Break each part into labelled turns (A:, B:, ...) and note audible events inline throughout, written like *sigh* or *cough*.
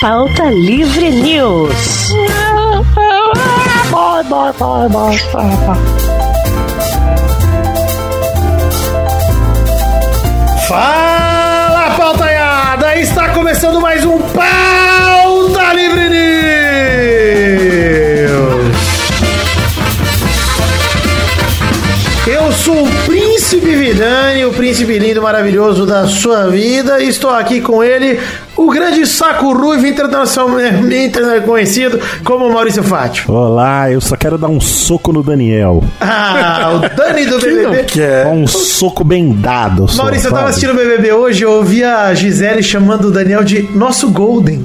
A: Pauta Livre News.
B: Fala, pautaiada! Está começando mais um Pauta Livre News! Eu sou o Príncipe Vidani, o príncipe lindo, maravilhoso da sua vida, e estou aqui com ele, o grande saco ruivo *laughs* internacionalmente conhecido como Maurício Fátio. *laughs*
C: Olá, eu só quero dar um soco no Daniel.
B: Ah, o Dani
C: *laughs*
B: do BBB.
C: Só Um soco bem dado. Só,
B: Maurício, eu tava
C: sabe?
B: assistindo o BBB hoje, eu ouvi a Gisele chamando o Daniel de nosso Golden.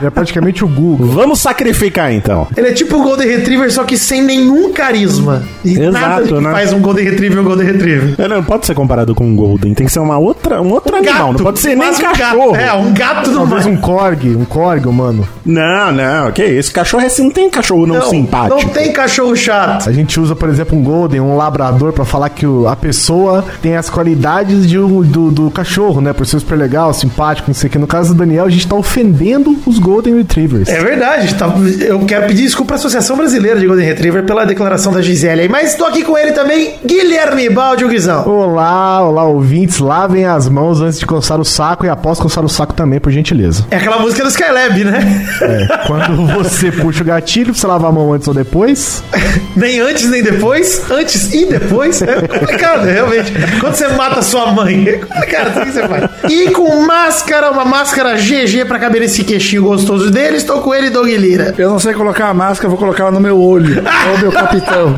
D: Ele é praticamente o Google.
C: Vamos sacrificar então.
B: Ele é tipo o Golden Retriever, só que sem nenhum carisma. E
C: Exato,
B: nada que
C: né?
B: faz um Golden Retriever um Golden Retriever.
C: Ele É, não pode ser comparado com um Golden. Tem que ser uma outra, um outro animal. Não pode ser nem
B: quase um gato.
C: cachorro.
B: É, um gato do
D: Talvez
B: mar.
D: um Korg, um Korg humano.
C: Não, não. Que isso? Cachorro é assim. Não tem cachorro não,
B: Não,
C: simpático.
B: não tem cachorro chato.
D: A gente usa, por exemplo, um Golden, um Labrador, pra falar que o- a pessoa tem as qualidades de um- do, do cachorro, né? Por ser super legal, simpático, não sei o que. No caso do Daniel, a gente tá ofendendo os Golden Retrievers.
B: É verdade. tá- eu quero pedir desculpa à Associação Brasileira de Golden Retriever pela declaração da Gisele aí. Mas tô aqui com ele também, Guilherme Baldi, o Guizão.
D: Olá, olá, ouvintes. Lavem as mãos antes de coçar o saco e após coçar o saco também, por gentileza.
B: É aquela música do Skylab, né?
C: É.
D: Quando você puxa o gatilho, você lava a mão antes ou depois.
B: Nem antes, nem depois. Antes e depois. É complicado, realmente. Quando você mata sua mãe, é complicado. O que você faz? E com máscara, uma máscara GG pra caber nesse queixinho gostoso dele, estou com ele, Doug Lira.
E: Eu não sei colocar a máscara, vou colocar ela no meu olho. Ô meu *laughs* capitão.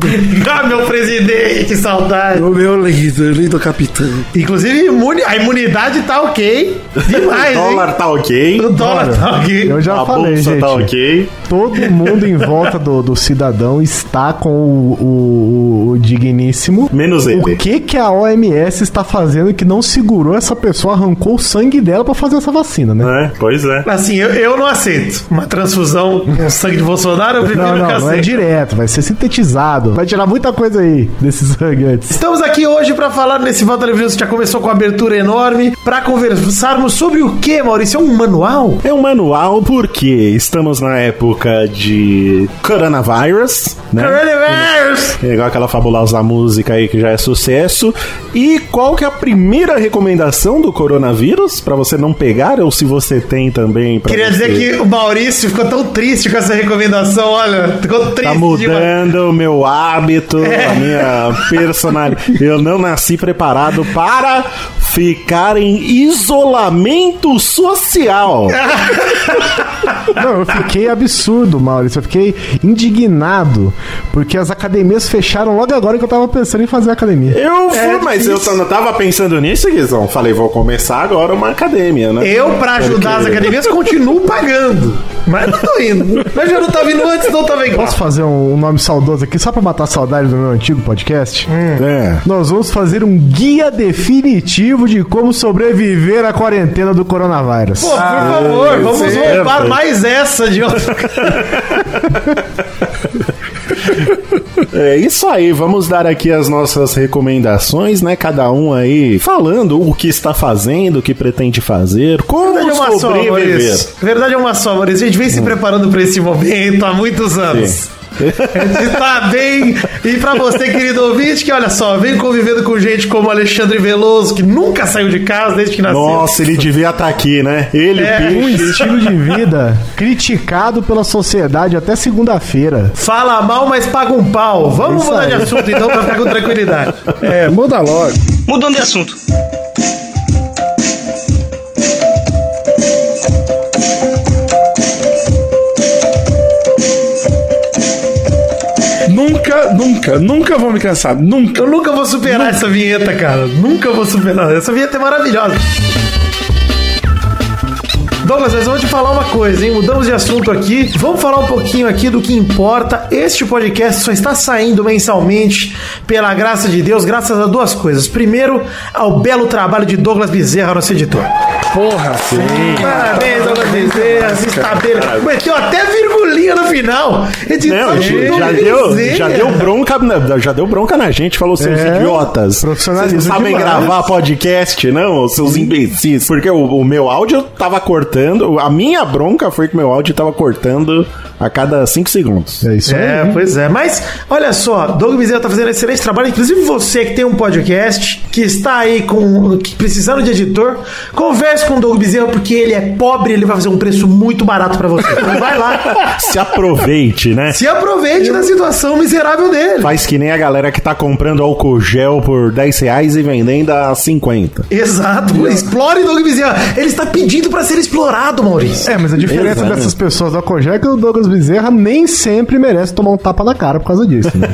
B: Ah, meu presidente, que saudade.
E: Ô meu lindo, lindo capitão.
B: Inclusive, imune- a imunidade tá ok.
C: O
B: Demais, hein?
C: dólar tá ok.
B: O dólar tá ok.
D: Eu já
C: a
D: falei,
C: bolsa
D: gente.
C: tá ok.
D: Todo mundo em volta do, do cidadão está com o, o- o- o digníssimo.
C: Menos ele.
D: O que que a OMS está fazendo que não segurou essa pessoa, arrancou o sangue dela pra fazer essa vacina, né?
C: É, pois é.
B: Assim, eu, eu não aceito. Uma transfusão com sangue de Bolsonaro, eu prefiro
D: Não,
B: que
D: não, não é
B: aceite.
D: direto, vai ser sintetizado. Vai tirar muita coisa aí desse *laughs* sangue antes.
B: Estamos aqui hoje para falar nesse Volta Livre News que já começou com uma abertura enorme, para conversarmos sobre o que, Maurício? É um manual?
C: É um manual porque estamos na época de coronavírus, né?
B: Coronavirus!
C: É igual aquela fabulosa música aí que já é sucesso. E qual que é a primeira recomendação do coronavírus Pra você não pegar ou se você tem também? pra
B: Queria
C: você?
B: dizer que o Maurício ficou tão triste com essa recomendação, olha, ficou triste
C: Tá
B: demais.
C: mudando o meu hábito,
B: É.
C: a minha personalidade. Eu não nasci preparado para ficar em
B: *laughs*
C: isolamento social.
B: É
D: Não, eu fiquei absurdo, Maurício. Eu fiquei indignado. Porque as academias fecharam logo agora que eu tava pensando em fazer academia.
C: Eu fui, mas eu não tava pensando nisso, Guizão. Falei, vou começar agora uma academia, né?
B: Eu, pra ajudar as academias, continuo pagando. Mas não tô indo. Mas já não tava indo antes, não tava igual.
D: Posso fazer um, um nome saudoso aqui só pra matar a saudade do meu antigo podcast?
C: É.
D: Nós vamos fazer um guia definitivo de como sobreviver à quarentena do coronavírus.
B: Pô, por favor, vamos
C: Ah, sim.
B: roubar mais essa de outro.
C: É isso aí, vamos dar aqui as nossas recomendações, né? Cada um aí falando o que está fazendo, o que pretende fazer, como
B: Verdade é uma só,
C: sobreviver. Hum.
B: Maurício. Verdade é uma só, Maurício. A gente vem se preparando pra esse momento há muitos anos.
C: Sim.
B: A gente tá bem. E pra você, querido ouvinte, que olha só, vem convivendo com gente como Alexandre Veloso, que nunca saiu de casa desde que nasceu.
C: Nossa, ele devia estar aqui, né? Ele,
B: É.
D: Um
C: peixe.
D: estilo de vida criticado pela sociedade até segunda-feira.
B: Fala mal, mas paga um pau. Vamos
D: Isso
B: mudar de
D: aí.
B: assunto então pra ficar com tranquilidade.
E: É, muda logo.
F: Mudando de assunto.
E: Nunca, nunca, nunca vou me cansar. Nunca.
B: Eu nunca vou superar essa vinheta, cara. Nunca vou superar. Essa vinheta é maravilhosa. Douglas, mas vamos te falar uma coisa, hein? Mudamos de assunto aqui. Vamos falar um pouquinho aqui do que importa. Este podcast só está saindo mensalmente, pela graça de Deus, graças a duas coisas. Primeiro, ao belo trabalho de Douglas Bezerra, nosso editor.
E: Porra, sim.
B: Parabéns, Douglas Bezerra, se estabele. Meteu até virgulinha no final. Edição
C: Não,
B: de
C: já, já
B: Douglas
C: deu,
B: Bezerra.
C: já deu bronca, na- já deu bronca na gente, falou seus
D: É,
C: idiotas. Vocês
D: profissionalismo
C: não sabem
D: demais.
C: gravar podcast, não, seus imbecis. Porque o, o meu áudio tava cortando. A minha bronca foi que meu áudio tava cortando a cada 5 segundos.
D: É isso aí.
B: É, pois é. Mas, olha só, Doug Bezerra tá fazendo um excelente trabalho. Inclusive, você que tem um podcast, que está aí com que precisando de editor, converse com o Doug Bezerra, porque ele é pobre ele vai fazer um preço muito barato pra você. Então vai
C: *laughs*
B: lá.
C: Se aproveite, né?
B: Se aproveite da situação miserável dele.
C: Faz que nem a galera que tá comprando álcool gel por 10 reais e vendendo a 50.
B: Exato. Explore Doug Bezerra. Ele está pedindo pra ser explorado, Maurício.
D: É, mas a diferença
C: Exato.
D: dessas pessoas da Cogé é que o Douglas Bezerra nem sempre merece tomar um tapa na cara por causa disso, né?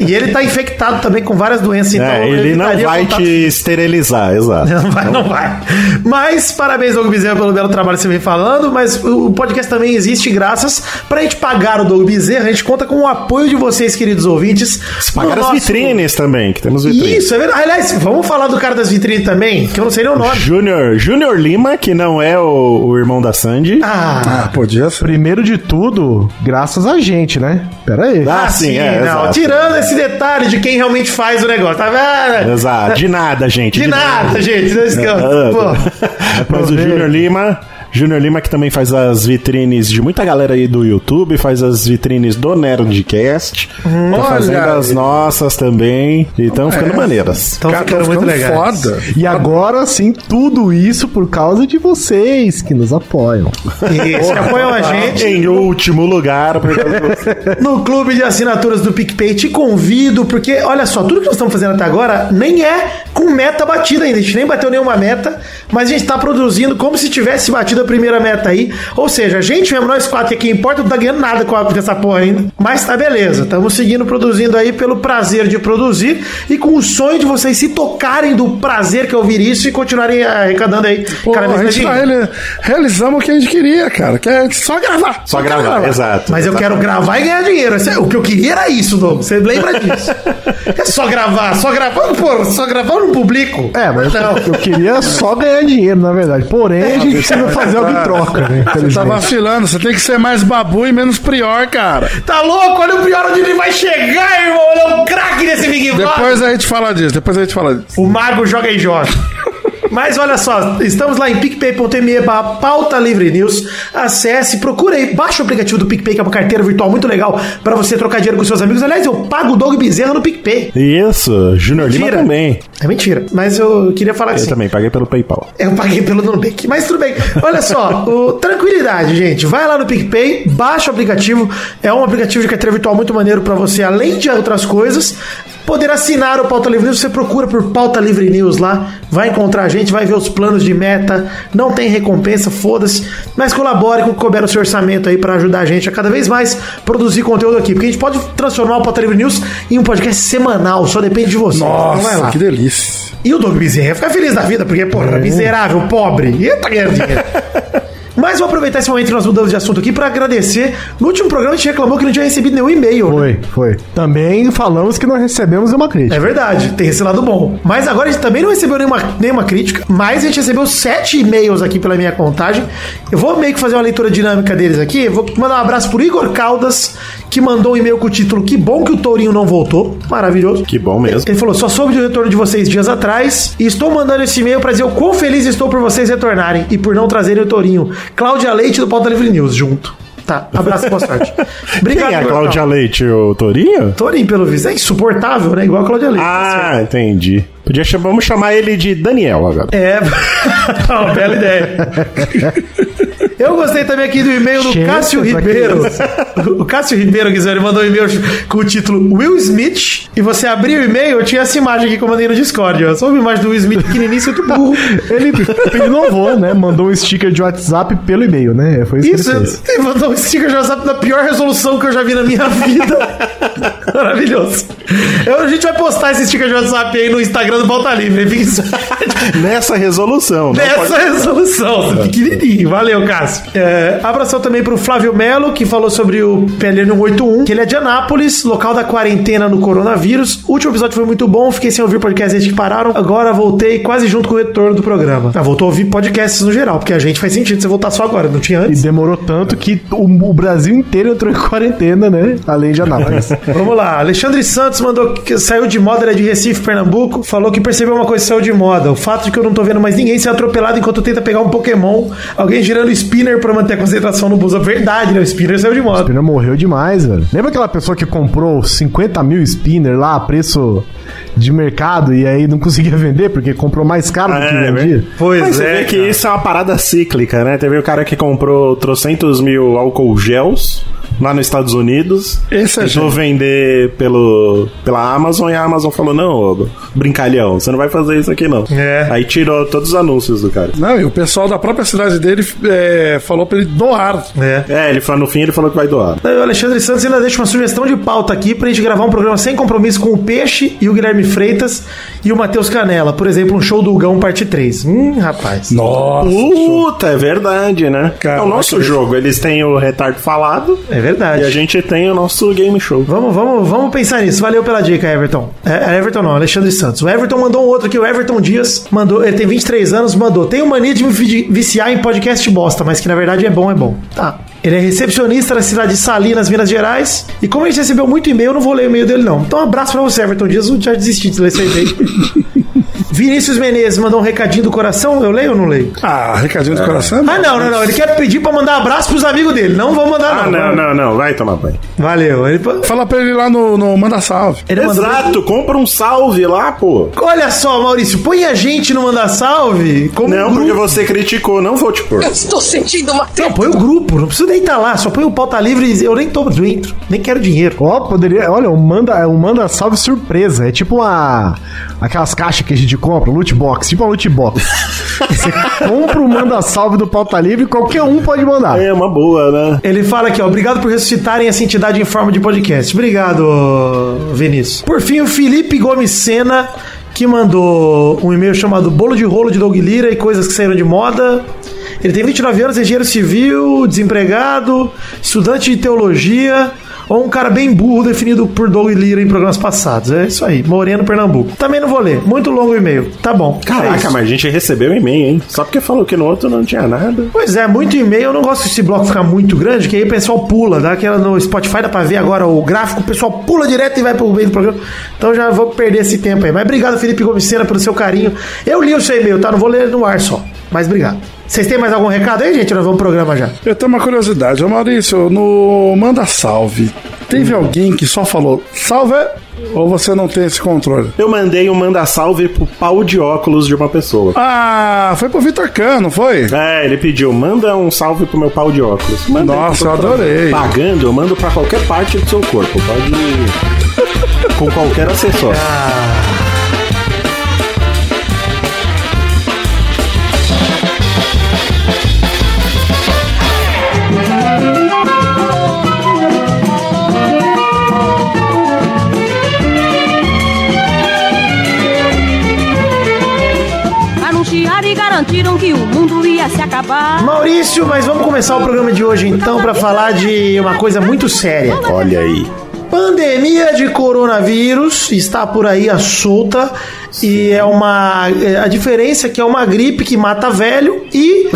B: E ele tá infectado também com várias doenças. Então
C: é, ele não
B: evitaria
C: vai
B: contato
C: te esterilizar, exato.
B: Não vai, não vai. Mas parabéns, Doug Bezerra, pelo belo trabalho que você vem falando. Mas o podcast também existe graças pra gente pagar o Doug Bezerra. A gente conta com o apoio de vocês, queridos ouvintes.
C: Pagar
B: no
C: as
B: nosso-
C: vitrines né, também, que temos vitrines.
B: Isso, é verdade. Aliás, vamos falar do cara das vitrines também, que eu não sei nem o nome.
C: Júnior Júnior Lima, que não é o, o irmão da Sandy.
B: Ah,
E: Ah, podia ser.
D: Primeiro de tudo, graças a gente, né? Pera aí.
C: Ah, sim, é, exato.
B: Tirando esse detalhe de quem realmente faz o negócio, tá vendo?
C: Exato. De nada, gente.
B: De, nada, gente. Não esqueça. Pô.
C: Ah, *laughs* Mas o Júnior Lima. Júnior Lima, que também faz as vitrines de muita galera aí do YouTube, faz as vitrines do Nerdcast.
B: Uhum.
C: tá
E: Olha
C: fazendo as
E: aí.
C: nossas também. E estão ficando maneiras.
B: Então
E: Cara,
B: ficaram
E: tá
B: muito
E: ficando
B: legais.
E: foda.
D: É. E agora sim, tudo isso por causa de vocês que nos apoiam.
B: Isso, que apoiam a gente.
C: Em último lugar, por causa do-
B: no clube de assinaturas do PicPay. Te convido, porque olha só, tudo que nós estamos fazendo até agora nem é com meta batida ainda. A gente nem bateu nenhuma meta, mas a gente está produzindo como se tivesse batido a primeira meta aí. Ou seja, a gente mesmo, nós quatro que aqui importa, não tá ganhando nada com, a- com essa porra ainda. Mas tá beleza, estamos seguindo produzindo aí pelo prazer de produzir e com o sonho de vocês se tocarem do prazer que é ouvir isso e continuarem arrecadando aí
E: Pô,
B: cada vez
E: a
B: mais
E: gente tá
B: dinheiro.
E: reali- realizamos o que a gente queria, cara. Que é só gravar.
B: *laughs*
C: Só gravar, exato.
B: Mas eu quero gravar e ganhar dinheiro. Esse é- O que eu queria era isso, Douglas. Você lembra disso? É só gravar, só gravar, pô, só gravar no público.
D: É, mas eu, eu queria só ganhar dinheiro, na verdade. Porém, a gente precisa fazer algo em troca, né?
E: Você tá
D: Infelizmente.
E: vacilando, você tem que ser mais babu e menos prior, cara.
B: Tá louco? Olha o pior onde ele vai chegar, irmão. Ele é um craque desse Big Brother.
E: Depois a gente fala disso, depois a gente fala disso.
B: O mago joga e joga. Mas olha só, estamos lá em picpay.me barra pauta livre news. Acesse, procura aí, baixa o aplicativo do PicPay, que é uma carteira virtual muito legal pra você trocar dinheiro com seus amigos. Aliás, eu pago o Doug Bezerra no PicPay.
C: Isso, Júnior Lima
B: Mentira.
C: também.
B: É mentira, mas eu queria falar assim, que
C: Eu
B: sim.
C: também paguei pelo PayPal.
B: Eu paguei pelo Nubank, mas tudo bem. Olha
E: *laughs*
B: só, o- tranquilidade, gente. Vai lá no PicPay, baixa o aplicativo. É um aplicativo de carteira virtual muito maneiro pra você, além de outras coisas, poder assinar o Pauta Livre News. Você procura por Pauta Livre News lá, vai encontrar a gente, vai ver os planos de meta. Não tem recompensa, foda-se. Mas colabore com o que couber o seu orçamento aí pra ajudar a gente a cada vez mais produzir conteúdo aqui. Porque a gente pode transformar o Pauta Livre News em um podcast semanal, só depende de você. Então vai lá.
E: Nossa, que delícia.
B: E o Doug Bezerra ia ficar feliz da vida, porque, porra, miserável, pobre. E tá ganhando dinheiro. Mas vou aproveitar esse momento que nós mudamos de assunto aqui pra agradecer. No último programa a gente reclamou que não tinha recebido nenhum e-mail. né?
D: Foi, foi. Também falamos que não recebemos uma
B: É
D: crítica.
B: verdade, tem esse lado bom. Mas agora a gente também não recebeu nenhuma, nenhuma crítica, mas a gente recebeu sete e-mails aqui pela minha contagem. Eu vou meio que fazer uma leitura dinâmica deles aqui. Vou mandar um abraço pro Igor Caldas, que mandou um e-mail com o título Que bom que o Tourinho não voltou. Maravilhoso.
C: Que bom mesmo.
B: Ele falou: só soube do retorno de vocês dias atrás e estou mandando esse e-mail para dizer o quão feliz estou por vocês retornarem e por não trazerem o Tourinho. Cláudia Leite do Pauta Livre News, junto. Tá, abraço e boa sorte. Obrigado,
C: *laughs* Quem é a
B: Igor
C: Cláudia
B: Caldas.
C: Leite, o Torinho?
B: Tourinho, pelo visto, é insuportável, né? Igual a Cláudia Leite.
C: Ah, entendi. Podia chamar, vamos chamar ele de Daniel agora.
B: É, *laughs* uma bela ideia. Eu gostei também aqui do e-mail do
D: Gente,
B: Cássio
D: pra que
B: Ribeiro. O Cássio Ribeiro, Guizão, ele mandou um e-mail com o título Will Smith. E você abriu o e-mail, eu tinha essa imagem aqui que eu mandei no Discord. Ó. Só uma imagem do Will Smith pequenininho, muito burro.
D: Ele, ele inovou, né? Mandou um sticker de WhatsApp pelo e-mail, né? Foi isso,
B: Isso,
D: que ele fez.
B: ele mandou um sticker já sabe da pior resolução que eu já vi na minha vida. *laughs* Maravilhoso. Eu- a gente vai postar esse sticker de WhatsApp aí no Instagram do Pauta Livre. Fique só-
C: Nessa resolução, né?
B: Nessa resolução. Pequenininho. Valeu, cara. Clássico. É, abração também pro Flávio Melo, que falou sobre o PLN 181, que ele é de Anápolis, local da quarentena no coronavírus. O último episódio foi muito bom, fiquei sem ouvir podcast desde que pararam. Agora voltei quase junto com o retorno do programa. Ah, voltou a ouvir podcasts no geral, porque a gente faz sentido você voltar só agora, não tinha
D: E
B: antes.
D: demorou tanto que o, o Brasil inteiro entrou em quarentena, né? Além de Anápolis.
B: Vamos lá, Alexandre Santos mandou que saiu de moda, ele é de Recife, Pernambuco, falou que percebeu uma coisa que saiu de moda, o fato de que eu não tô vendo mais ninguém ser atropelado enquanto tenta pegar um Pokémon, alguém girando spinner pra manter a concentração no busão. Verdade, né? O spinner saiu de moda.
D: Spinner morreu demais, velho. Lembra aquela pessoa que comprou 50 mil spinner lá a preço de mercado e aí não conseguia vender porque comprou mais caro do que
C: É,
D: vendia?
B: Pois
C: Mas você
B: é,
C: vê que
B: cara.
C: isso é uma parada cíclica, né? Teve o cara que comprou trocentos mil álcool gels lá nos Estados Unidos.
E: Esse é
C: Tentou
E: gente.
C: vender pelo, pela Amazon e a Amazon falou, não, ô, brincalhão, você não vai fazer isso aqui não.
B: É.
C: Aí tirou todos os anúncios do cara.
E: Não, e o pessoal da própria cidade dele é, falou pra ele doar.
B: É.
C: É, ele falou, no fim ele falou que vai doar.
B: O Alexandre Santos ainda deixa uma sugestão de pauta aqui pra gente gravar um programa sem compromisso com o Peixe e o Guilherme Freitas e o Matheus Canela. Por exemplo, um show do Gão parte 3. Hum, rapaz.
E: Nossa.
C: Puta, é verdade, né?
E: Caraca,
C: é o nosso jogo, eles têm o retardo falado
B: É verdade.
C: e a gente tem o nosso game show.
B: Vamos, vamos, vamos pensar nisso. Valeu pela dica, Everton. É, é Everton não, Alexandre Santos. O Everton mandou um outro aqui, o Everton Dias mandou, ele tem 23 anos, mandou. Tenho mania de me vi- viciar em podcast bosta, mas que na verdade é bom, é bom. Tá. Ele é recepcionista da cidade de Salinas, Minas Gerais. E como a gente recebeu muito e-mail, eu não vou ler o e-mail dele, não. Então, um abraço pra você, Everton Dias. Eu já desisti de ler seu
C: *laughs*
B: e-mail. Vinícius Menezes mandou um recadinho do coração. Eu leio ou não leio?
E: Ah, recadinho do coração?
B: Ah, não, não, não. Ele quer pedir pra mandar abraço pros amigos dele. Não vou mandar,
C: Ah,
B: não.
C: não, não, não, vai tomar banho.
B: Valeu. Ele,
E: Fala pra ele lá no, no Manda Salve.
B: ele mandou-
C: Exato, compra um salve lá, pô.
B: Olha só, Maurício, põe a gente no Mandar Salve como
C: Não,
B: um
C: porque
B: grupo.
C: você criticou, não vou te pôr.
A: Estou sentindo uma
B: Não, põe o grupo, não preciso nem estar lá, só põe o pauta livre e eu nem tô dentro, nem quero dinheiro.
D: Ó, poderia. Olha, um manda, um manda salve surpresa. É tipo uma. Aquelas caixas que a gente compra, loot box. Tipo uma loot box. Você compra o manda salve do pauta livre, qualquer um pode mandar.
C: É uma boa, né?
B: Ele fala aqui, ó, obrigado por ressuscitarem essa entidade em forma de podcast. Obrigado, Vinícius. Por fim, o Felipe Gomes Sena, que mandou um e-mail chamado Bolo de Rolo de Doug Lira e Coisas que Saíram de Moda. Ele tem 29 anos, é engenheiro civil, desempregado, estudante de teologia. Ou um cara bem burro definido por Doug Lira em programas passados. É isso aí. Moreno, Pernambuco. Também não vou ler. Muito longo o e-mail. Tá bom. É
C: Caraca,
B: isso.
C: mas a gente recebeu um e-mail, hein? Só porque falou que no outro não tinha nada.
B: Pois é, muito e-mail. Eu não gosto desse bloco ficar muito grande, que aí o pessoal pula. Dá aquela no Spotify, dá pra ver agora o gráfico. O pessoal pula direto e vai pro meio do programa. Então já vou perder esse tempo aí. Mas obrigado, Felipe Gomicena, pelo seu carinho. Eu li o seu e-mail, tá? Não vou ler no ar só. Mas obrigado. Vocês têm mais algum recado aí, gente? Nós vamos pro programa já.
E: Eu tenho uma curiosidade. Ô Maurício, no Manda Salve, teve alguém que só falou salve? Ou você não tem esse controle?
C: Eu mandei um manda salve pro pau de óculos de uma pessoa.
E: Ah, foi pro Vitor Kahn, não foi?
C: É, ele pediu, manda um salve pro meu pau de óculos. Mandei
E: Nossa, eu
C: pro-
E: adorei.
C: um. Pagando, eu mando pra qualquer parte do seu corpo. Pode. Com qualquer acessório.
F: Anunciaram e garantiram que o mundo ia se acabar.
B: Maurício, mas vamos começar o programa de hoje então pra falar de uma coisa muito séria.
C: Olha aí.
B: Pandemia de coronavírus está por aí à solta e é uma é, a diferença é que é uma gripe que mata velho
C: *laughs*
B: e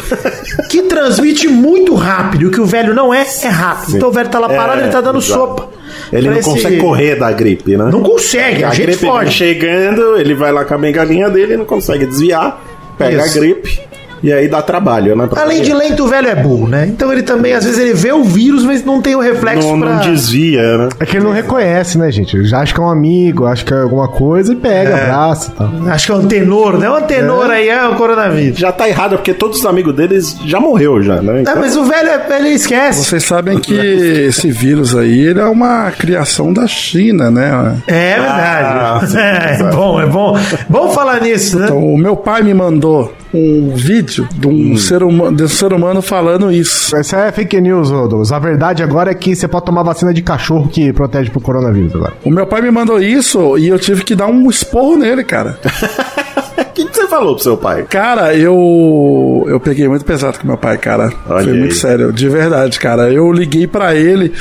B: que transmite muito rápido. O que o velho não é é rápido. Então o velho tá lá parado,
C: É,
B: ele tá dando
C: exato.
B: sopa.
C: Ele
B: pra
C: não
B: esse-
C: consegue correr da gripe, né?
B: Não consegue, a,
C: A
B: gente
C: gripe vem
B: foge.
C: chegando, ele vai lá com a bengalinha dele, não consegue desviar, pega
B: Isso.
C: a gripe e aí dá trabalho, né? pra-
B: Além de lento, o velho é burro, né? Então ele também às vezes ele vê o vírus, mas não tem o reflexo
C: não,
B: pra
C: não desvia, né?
D: É que ele não reconhece, né, gente? Ele Já acha que é um amigo, acha que é alguma coisa e pega, abraça e tal.
B: Acho que é um tenor, né? Um tenor aí é o coronavírus.
C: Já tá errado, porque todos os amigos deles já morreu já, né?
B: Ah,
C: Então,
B: mas o velho é- ele esquece.
E: Vocês sabem que esse vírus aí ele é uma criação da China, né?
B: É verdade.
C: Ah,
B: *laughs* é, bom, é bom. Bom falar nisso, né?
E: Então, o meu pai me mandou. um vídeo de um, ser, huma- de um ser humano falando isso.
D: Isso é fake news, Rodolfo. A verdade agora é que você pode tomar vacina de cachorro que protege pro coronavírus agora.
E: O meu pai me mandou isso e eu tive que dar um esporro nele, cara.
B: É.
C: O que, que você falou pro seu pai?
E: Cara, eu eu peguei muito pesado com meu pai, cara.
C: Olha
E: Foi
C: aí.
E: muito sério, de verdade, cara. Eu liguei pra ele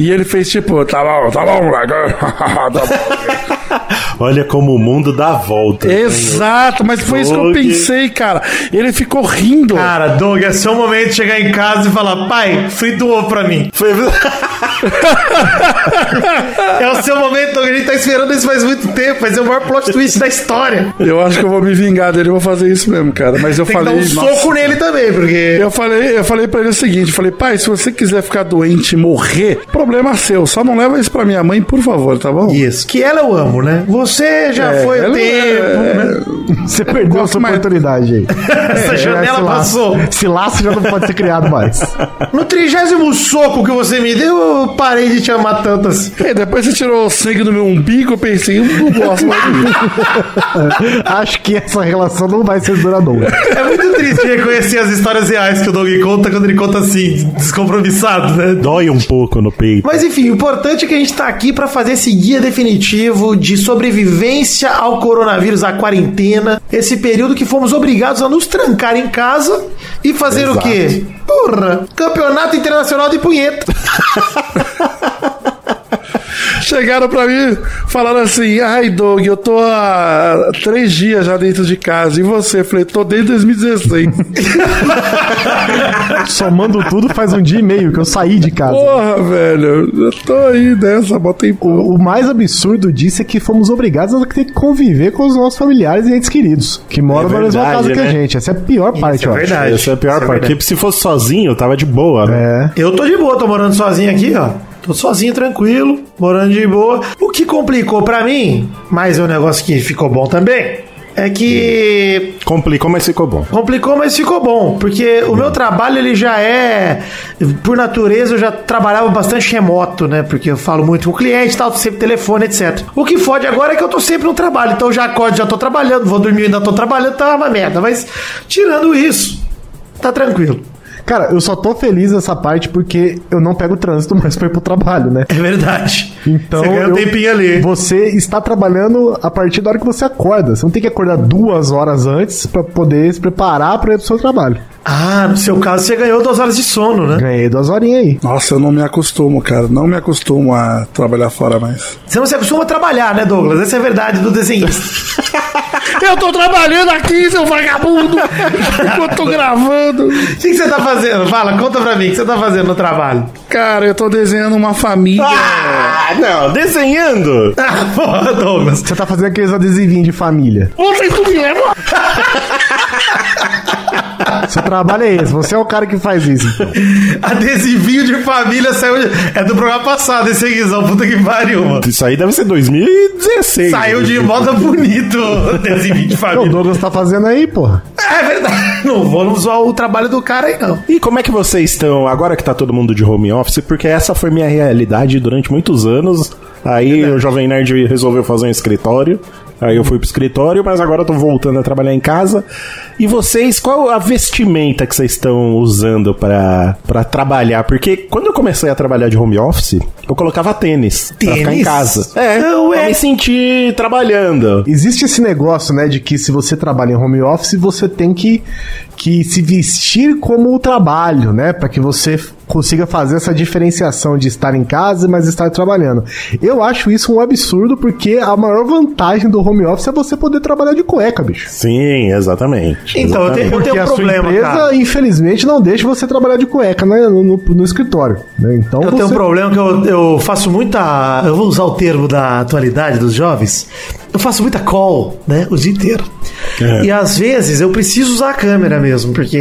E: e ele fez tipo, tá bom, tá bom, moleque. *laughs* tá bom.
C: Olha como o mundo dá volta.
B: É.
E: Exato, mas foi isso que eu
C: Doug.
E: pensei, cara. Ele ficou rindo.
B: Cara, Doug, é seu momento de chegar em casa e falar: pai, frito ovo pra mim.
C: Foi-
B: É o seu momento, Doug. A gente tá esperando isso faz muito tempo, mas é o maior plot twist da história.
E: Eu acho que eu vou me vingar dele, eu vou fazer isso mesmo, cara. Mas eu
B: Tem
E: falei,
B: que dar um
E: nossa.
B: soco nele também, porque.
E: Eu falei, eu falei pra ele o seguinte, eu falei, pai, se você quiser ficar doente e morrer, problema seu, só não leva isso pra minha mãe, por favor, tá bom?
B: Isso. Que ela eu amo, né? Você já foi o
E: É, ela-
B: tempo. né?
E: é,
D: Você perdeu
E: Gosto
D: essa
E: mais-
D: oportunidade aí. É,
B: Essa janela
D: Esse laço-
B: passou.
D: Esse laço já não pode ser criado mais.
B: No trigésimo soco que você me deu, eu parei de te amar tanto assim.
E: E depois você tirou o sangue do meu umbigo, eu pensei, eu não gosto mais disso.
D: Acho que essa relação não vai ser duradoura.
B: É muito triste reconhecer as histórias reais que o Doug conta quando ele conta assim, descompromissado, né?
C: Dói um pouco no peito.
B: Mas enfim, o importante é que a gente tá aqui pra fazer esse guia definitivo de sobrevivência ao coronavírus, à quarentena, esse período que fomos obrigados a nos trancar em casa e fazer o quê? Porra, campeonato internacional de punheta.
E: Chegaram pra mim, falaram assim, ai Doug, eu tô há três dias já dentro de casa, e você? Eu falei, tô desde 2016.
D: Somando tudo faz um dia e meio que eu saí de casa.
E: Porra, velho, eu tô aí nessa, bota em porra.
D: O mais absurdo disso é que fomos obrigados a ter que conviver com os nossos familiares e entes queridos, que moram
C: É
D: na mesma
C: verdade,
D: casa que a
C: né?
D: gente. Essa é a pior parte, eu acho.
C: Essa é a pior parte. Porque se fosse sozinho, tava de boa, né?
D: É.
B: Eu tô de boa, tô morando sozinho aqui, ó. Tô sozinho, tranquilo, morando de boa. O que complicou pra mim, mas é um negócio que ficou bom também, é que
C: Complicou, mas ficou bom.
B: complicou, mas ficou bom, porque o meu trabalho ele já é, por natureza eu já trabalhava bastante remoto, né? Porque eu falo muito com o cliente, e tal, sempre telefone, etc. O que fode agora é que eu tô sempre no trabalho, então eu já acordo, já tô trabalhando, vou dormir, ainda tô trabalhando, tá uma merda, mas tirando isso, tá tranquilo.
D: Cara, eu só tô feliz nessa parte porque eu não pego trânsito *laughs* mais pra ir pro trabalho, né?
B: É verdade.
D: Então,
B: você ganha um
D: eu-
B: tempinho ali.
D: Você está trabalhando a partir da hora que você acorda. Você não tem que acordar duas horas antes pra poder se preparar pra ir pro seu trabalho.
B: Ah, no seu caso você ganhou duas horas de sono, né?
D: Ganhei duas horinhas aí.
E: Nossa, eu não me acostumo, cara, não me acostumo a trabalhar fora mais.
B: Você não se acostuma a trabalhar, né, Douglas? Essa é a verdade do
D: *laughs*
B: desenhista.
E: Eu tô trabalhando aqui, seu vagabundo, *laughs* enquanto tô gravando.
B: O que, que você tá fazendo? Fala, conta pra mim, o que você tá fazendo no trabalho?
E: Cara, eu tô desenhando uma família.
C: Ah, não, desenhando!
B: Ah, porra, Douglas.
D: Você tá fazendo aqueles adesivinhos de família.
E: Vocês não vieram?
D: Seu trabalho é esse. Você é o cara que faz isso.
B: *laughs*
D: então.
B: Adesivinho de família saiu. de- É do programa passado, esse aí, Guizão. Puta que pariu, mano.
C: Isso aí deve ser 2016.
B: Saiu de moda bonito o adesivinho de
D: O
B: família.
D: Douglas tá fazendo aí, porra.
B: É verdade. Não vou usar o trabalho do cara aí, não.
C: E como é que vocês estão agora que tá todo mundo de home office? Porque essa foi minha realidade durante muitos anos. Aí o Jovem Nerd resolveu fazer um escritório. Aí eu fui pro escritório, mas agora eu tô voltando a trabalhar em casa. E vocês, qual a vestimenta que vocês estão usando pra pra trabalhar? Porque quando eu comecei a trabalhar de home office, eu colocava tênis, pra ficar em
B: Tênis?
C: casa. É,
B: Não
C: pra
B: é-
C: me sentir trabalhando.
D: Existe esse negócio, né, de que se você trabalha em home office, você tem que, que se vestir como o trabalho, né? Pra que você f- consiga fazer essa diferenciação de estar em casa, mas estar trabalhando. Eu acho isso um absurdo, porque a maior vantagem do home office é você poder trabalhar de cueca, bicho.
C: Sim, exatamente.
B: Então, eu
C: exatamente.
B: tenho, eu tenho
D: Porque
B: um
D: a
B: problema,
D: sua empresa,
B: cara.
D: infelizmente, não deixa você trabalhar de cueca né, no, no- no escritório. né? Então
B: Eu
D: você...
B: tenho um problema que eu, eu faço muita. Eu vou usar o termo da atualidade dos jovens. Eu faço muita call, né? O dia inteiro.
C: É.
B: E às vezes eu preciso usar a câmera mesmo, porque,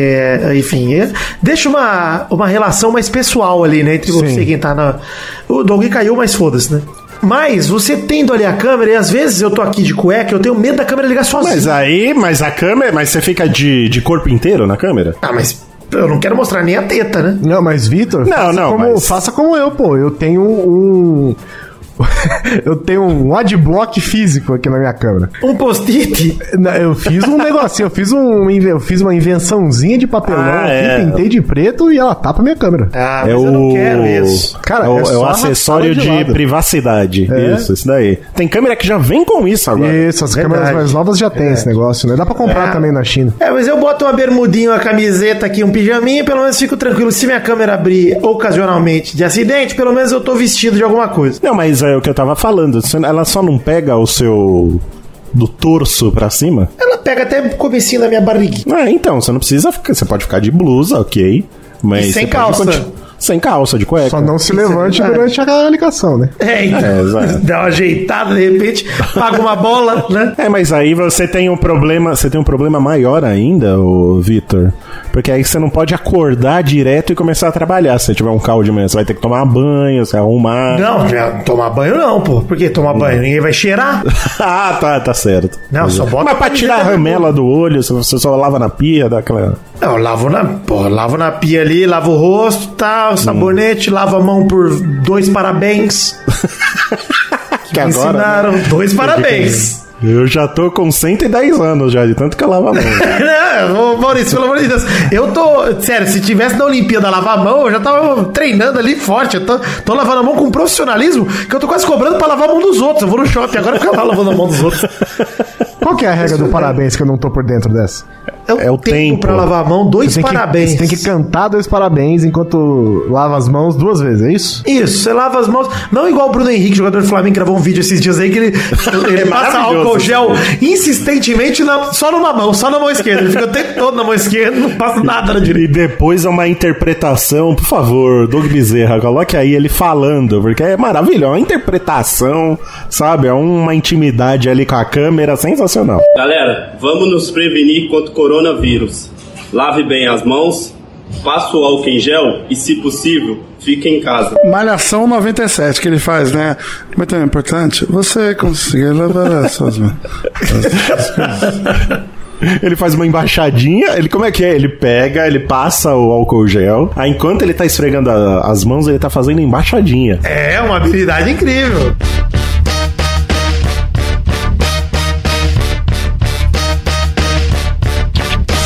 B: enfim, é- deixa uma, uma relação mais pessoal ali, né? Entre você e quem tá na. O Doug caiu, mas foda-se, né? Mas você tendo ali a câmera, e às vezes eu tô aqui de cueca, eu tenho medo da câmera ligar sozinha.
C: Mas aí, mas a câmera, mas você fica de, de corpo inteiro na câmera?
B: Ah, mas eu não quero mostrar nem a teta, né?
D: Não, mas Vitor,
C: Não,
D: faça,
C: não,
D: como-
C: mas-
D: faça como eu, pô. Eu tenho um. *laughs* eu tenho um adblock físico aqui na minha câmera.
B: Um post-it.
D: Na- Eu fiz um negocinho, eu fiz, um, inve- eu fiz uma invençãozinha de papelão
C: Ah,
D: aqui,
C: é.
D: pintei de preto e ela tapa minha câmera.
B: Ah,
C: é
B: mas eu não
C: o.
B: quero isso.
D: Cara,
C: é o,
D: é
C: é o
D: só
C: acessório
D: arrastá-la de
C: de,
D: lado.
C: privacidade.
D: É.
C: Isso, isso daí. Tem câmera que já vem com isso agora.
D: Isso, as
B: Verdade.
D: câmeras mais novas já tem esse negócio, né? Dá pra comprar também na China.
B: É, mas eu boto uma bermudinha, uma camiseta aqui, um pijaminha, pelo menos fico tranquilo. Se minha câmera abrir ocasionalmente de acidente, pelo menos eu tô vestido de alguma coisa.
C: Não, mas é o que eu tava falando. você- Ela só não pega o seu. do torso pra cima?
B: Ela pega até o comecinho da minha barriguinha.
C: Ah, então, você não precisa ficar. Você pode ficar de blusa, ok. Mas.
B: E sem
C: você pode
B: calça.
C: continu- Sem calça, de cueca.
D: Só não se levante
B: verdade.
D: durante a ligação, né?
B: É, então.
C: É, exato.
B: Dá uma ajeitada, de repente, paga uma bola, né?
C: É, mas aí você tem um problema, você tem um problema maior ainda, ô Vitor. Porque aí você não pode acordar direto e começar a trabalhar. Se você tiver um caldo de manhã, você vai ter que tomar banho, se arrumar.
B: Não, já tomar banho não, pô. Por que tomar banho? Ninguém vai cheirar?
C: *laughs* ah, tá, tá certo.
B: Não, só bota
C: Mas pra
B: camiseta
C: tirar a
B: depois.
C: ramela do olho, se você só lava na pia, dá aquela.
B: Não, eu lavo na, pô, eu lavo na pia ali, lavo o rosto, tal, sabonete, lavo a mão por dois parabéns.
C: Que né?
B: Me ensinaram dois parabéns.
C: Eu já tô com 110 anos já, de tanto que eu lavo a mão.
B: Não, *laughs* ô, Maurício, pelo amor de Deus. Eu tô. Sério, se tivesse na Olimpíada lavar a mão, eu já tava treinando ali forte. Eu tô, tô lavando a mão com profissionalismo que eu tô quase cobrando pra lavar a mão dos outros. Eu vou no shopping agora ficar lá lavando a mão dos outros.
D: Qual que é a regra do parabéns que eu não tô por dentro dessa?
C: É o tempo.
B: pra lavar a mão, dois
D: Você tem,
B: parabéns.
D: Que, você tem que cantar dois parabéns enquanto lava as mãos duas vezes, é isso?
B: Isso, você lava as mãos. Não igual o Bruno Henrique, jogador do Flamengo, gravou um vídeo esses dias aí que ele, ele passa
C: maravilhoso
B: álcool
C: esse
B: gel insistentemente na- só numa mão, só na mão esquerda. Ele fica o tempo todo na mão esquerda, não passa nada na direita.
C: E depois é uma interpretação, por favor, Doug Bezerra, coloque aí ele falando, porque é maravilhoso, é uma interpretação, sabe? É uma intimidade ali com a câmera sensacional.
G: Galera, vamos nos prevenir contra o coronavírus. Lave bem as mãos, passe o álcool em gel e, se possível, fique em casa.
E: Malhação 97 que ele faz, né? Muito importante. Você conseguir levar as suas mãos.
C: Ele faz uma embaixadinha, ele como é que é? Ele pega, ele passa o álcool gel, aí enquanto ele tá esfregando a- as mãos, ele tá fazendo embaixadinha.
B: É uma habilidade incrível.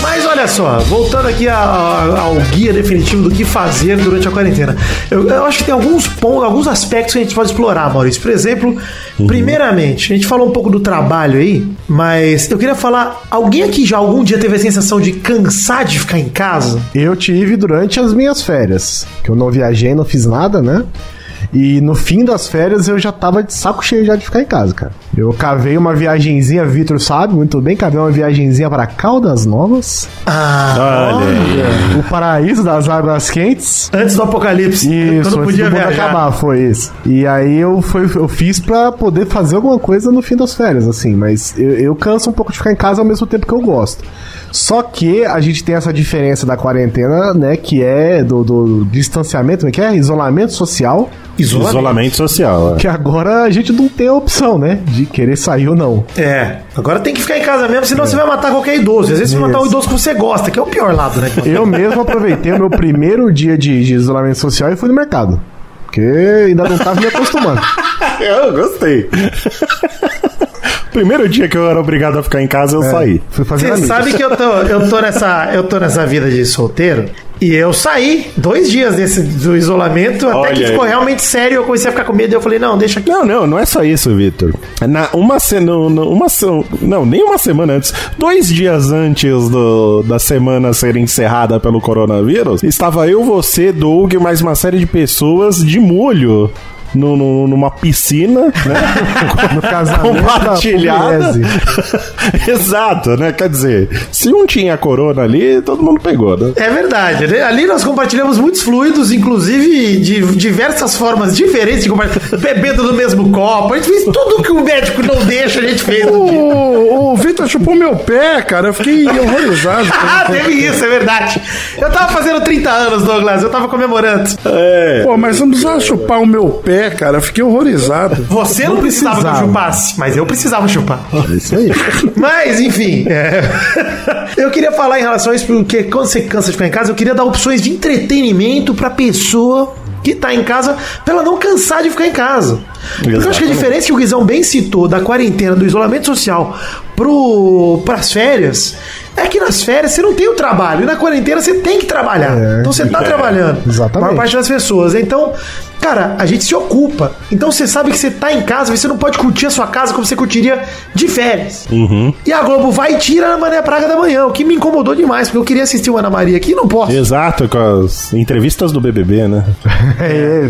B: Mas olha só, voltando aqui a- a- ao guia definitivo do que fazer durante a quarentena. Eu, eu acho que tem alguns pontos, alguns aspectos que a gente pode explorar, Maurício. Por exemplo,
D: Uhum.
B: primeiramente, a gente falou um pouco do trabalho aí, mas eu queria falar, alguém aqui já algum dia teve a sensação de cansar de ficar em casa?
D: Eu tive durante as minhas férias, que eu não viajei, não fiz nada, né? E no fim das férias eu já tava de saco cheio já de ficar em casa, cara. Eu cavei uma viagenzinha, Vitor sabe muito bem, cavei uma viagenzinha pra Caldas Novas,
C: Olha aí.
D: o paraíso das águas quentes.
B: Antes do apocalipse,
D: Isso,
B: quando podia
D: antes do mundo
B: viajar.
D: acabar, foi isso. E aí eu, fui, eu fiz pra poder fazer alguma coisa no fim das férias, assim, mas eu, eu canso um pouco de ficar em casa ao mesmo tempo que eu gosto. Só que a gente tem essa diferença da quarentena, né, que é do, do distanciamento, como é que é? Isolamento social,
C: Isolamento. social. é.
D: que agora a gente não tem a opção, né, de querer sair ou não.
B: É, agora tem que ficar em casa mesmo, senão você vai matar qualquer idoso. Às vezes você vai matar um
D: Isso.
B: idoso que você gosta, que é o pior lado,
C: *laughs*
B: né?
D: Eu mesmo aproveitei o meu primeiro dia de, de isolamento social e fui no mercado. Porque ainda não tava me acostumando.
C: É, Eu gostei. Primeiro dia que eu era obrigado a ficar em casa, eu
D: É.
C: saí.
D: Fui fazer
B: Você
D: amigos.
B: sabe que eu tô, eu, tô nessa, eu tô nessa vida de solteiro e eu saí dois dias desse, do isolamento, até
C: Olha
B: que ficou
C: aí.
B: realmente sério. Eu comecei a ficar com medo e eu falei: não, deixa aqui.
C: Não, não, não é só isso, Vitor. Na uma semana, uma se- não, nem uma semana antes, dois dias antes do- da semana ser encerrada pelo coronavírus, estava eu, você, Doug e mais uma série de pessoas de molho. no- no- numa piscina, né?
D: *laughs* No casamento da
C: compartilhada.
D: Pugliese.
C: *laughs* Exato, né? Quer dizer, se um tinha corona ali, todo mundo pegou, né?
B: É verdade, né? ali nós compartilhamos muitos fluidos, inclusive de diversas formas diferentes de compartilhar. Bebendo no mesmo copo, a gente fez tudo que o médico não deixa, a gente fez. no
C: Uh!
B: dia.
E: O, o Vitor chupou meu pé, cara. Eu fiquei horrorizado.
B: *laughs* Ah, teve isso, é verdade. Eu tava fazendo 30 anos, Douglas, eu tava comemorando.
E: Pô, mas você não precisava chupar o meu pé, cara. Eu fiquei horrorizado.
B: Você não, precisava, que eu
D: precisava.
B: chupasse, mas eu precisava chupar.
D: Isso aí.
B: Mas, enfim. é. *laughs* Eu queria falar em relação a isso, porque quando você cansa de ficar em casa, eu queria dar opções de entretenimento pra pessoa que tá em casa pra ela não cansar de ficar em casa. Porque eu acho que a diferença que o Guizão bem citou da quarentena, do isolamento social pro, pras férias, é que nas férias você não tem o trabalho. E na quarentena você tem que trabalhar. então você tá trabalhando.
D: Exatamente.
B: A maior parte das pessoas. né? Então, cara, a gente se ocupa. Então você sabe que você tá em casa, mas você não pode curtir a sua casa como você curtiria de férias.
C: Uhum.
B: E a Globo vai e tira a Ana Maria Praga da manhã, o que me incomodou demais, porque eu queria assistir o Ana Maria aqui e não posso.
C: *laughs* Exato, com as entrevistas do BBB, né?
D: *laughs* É,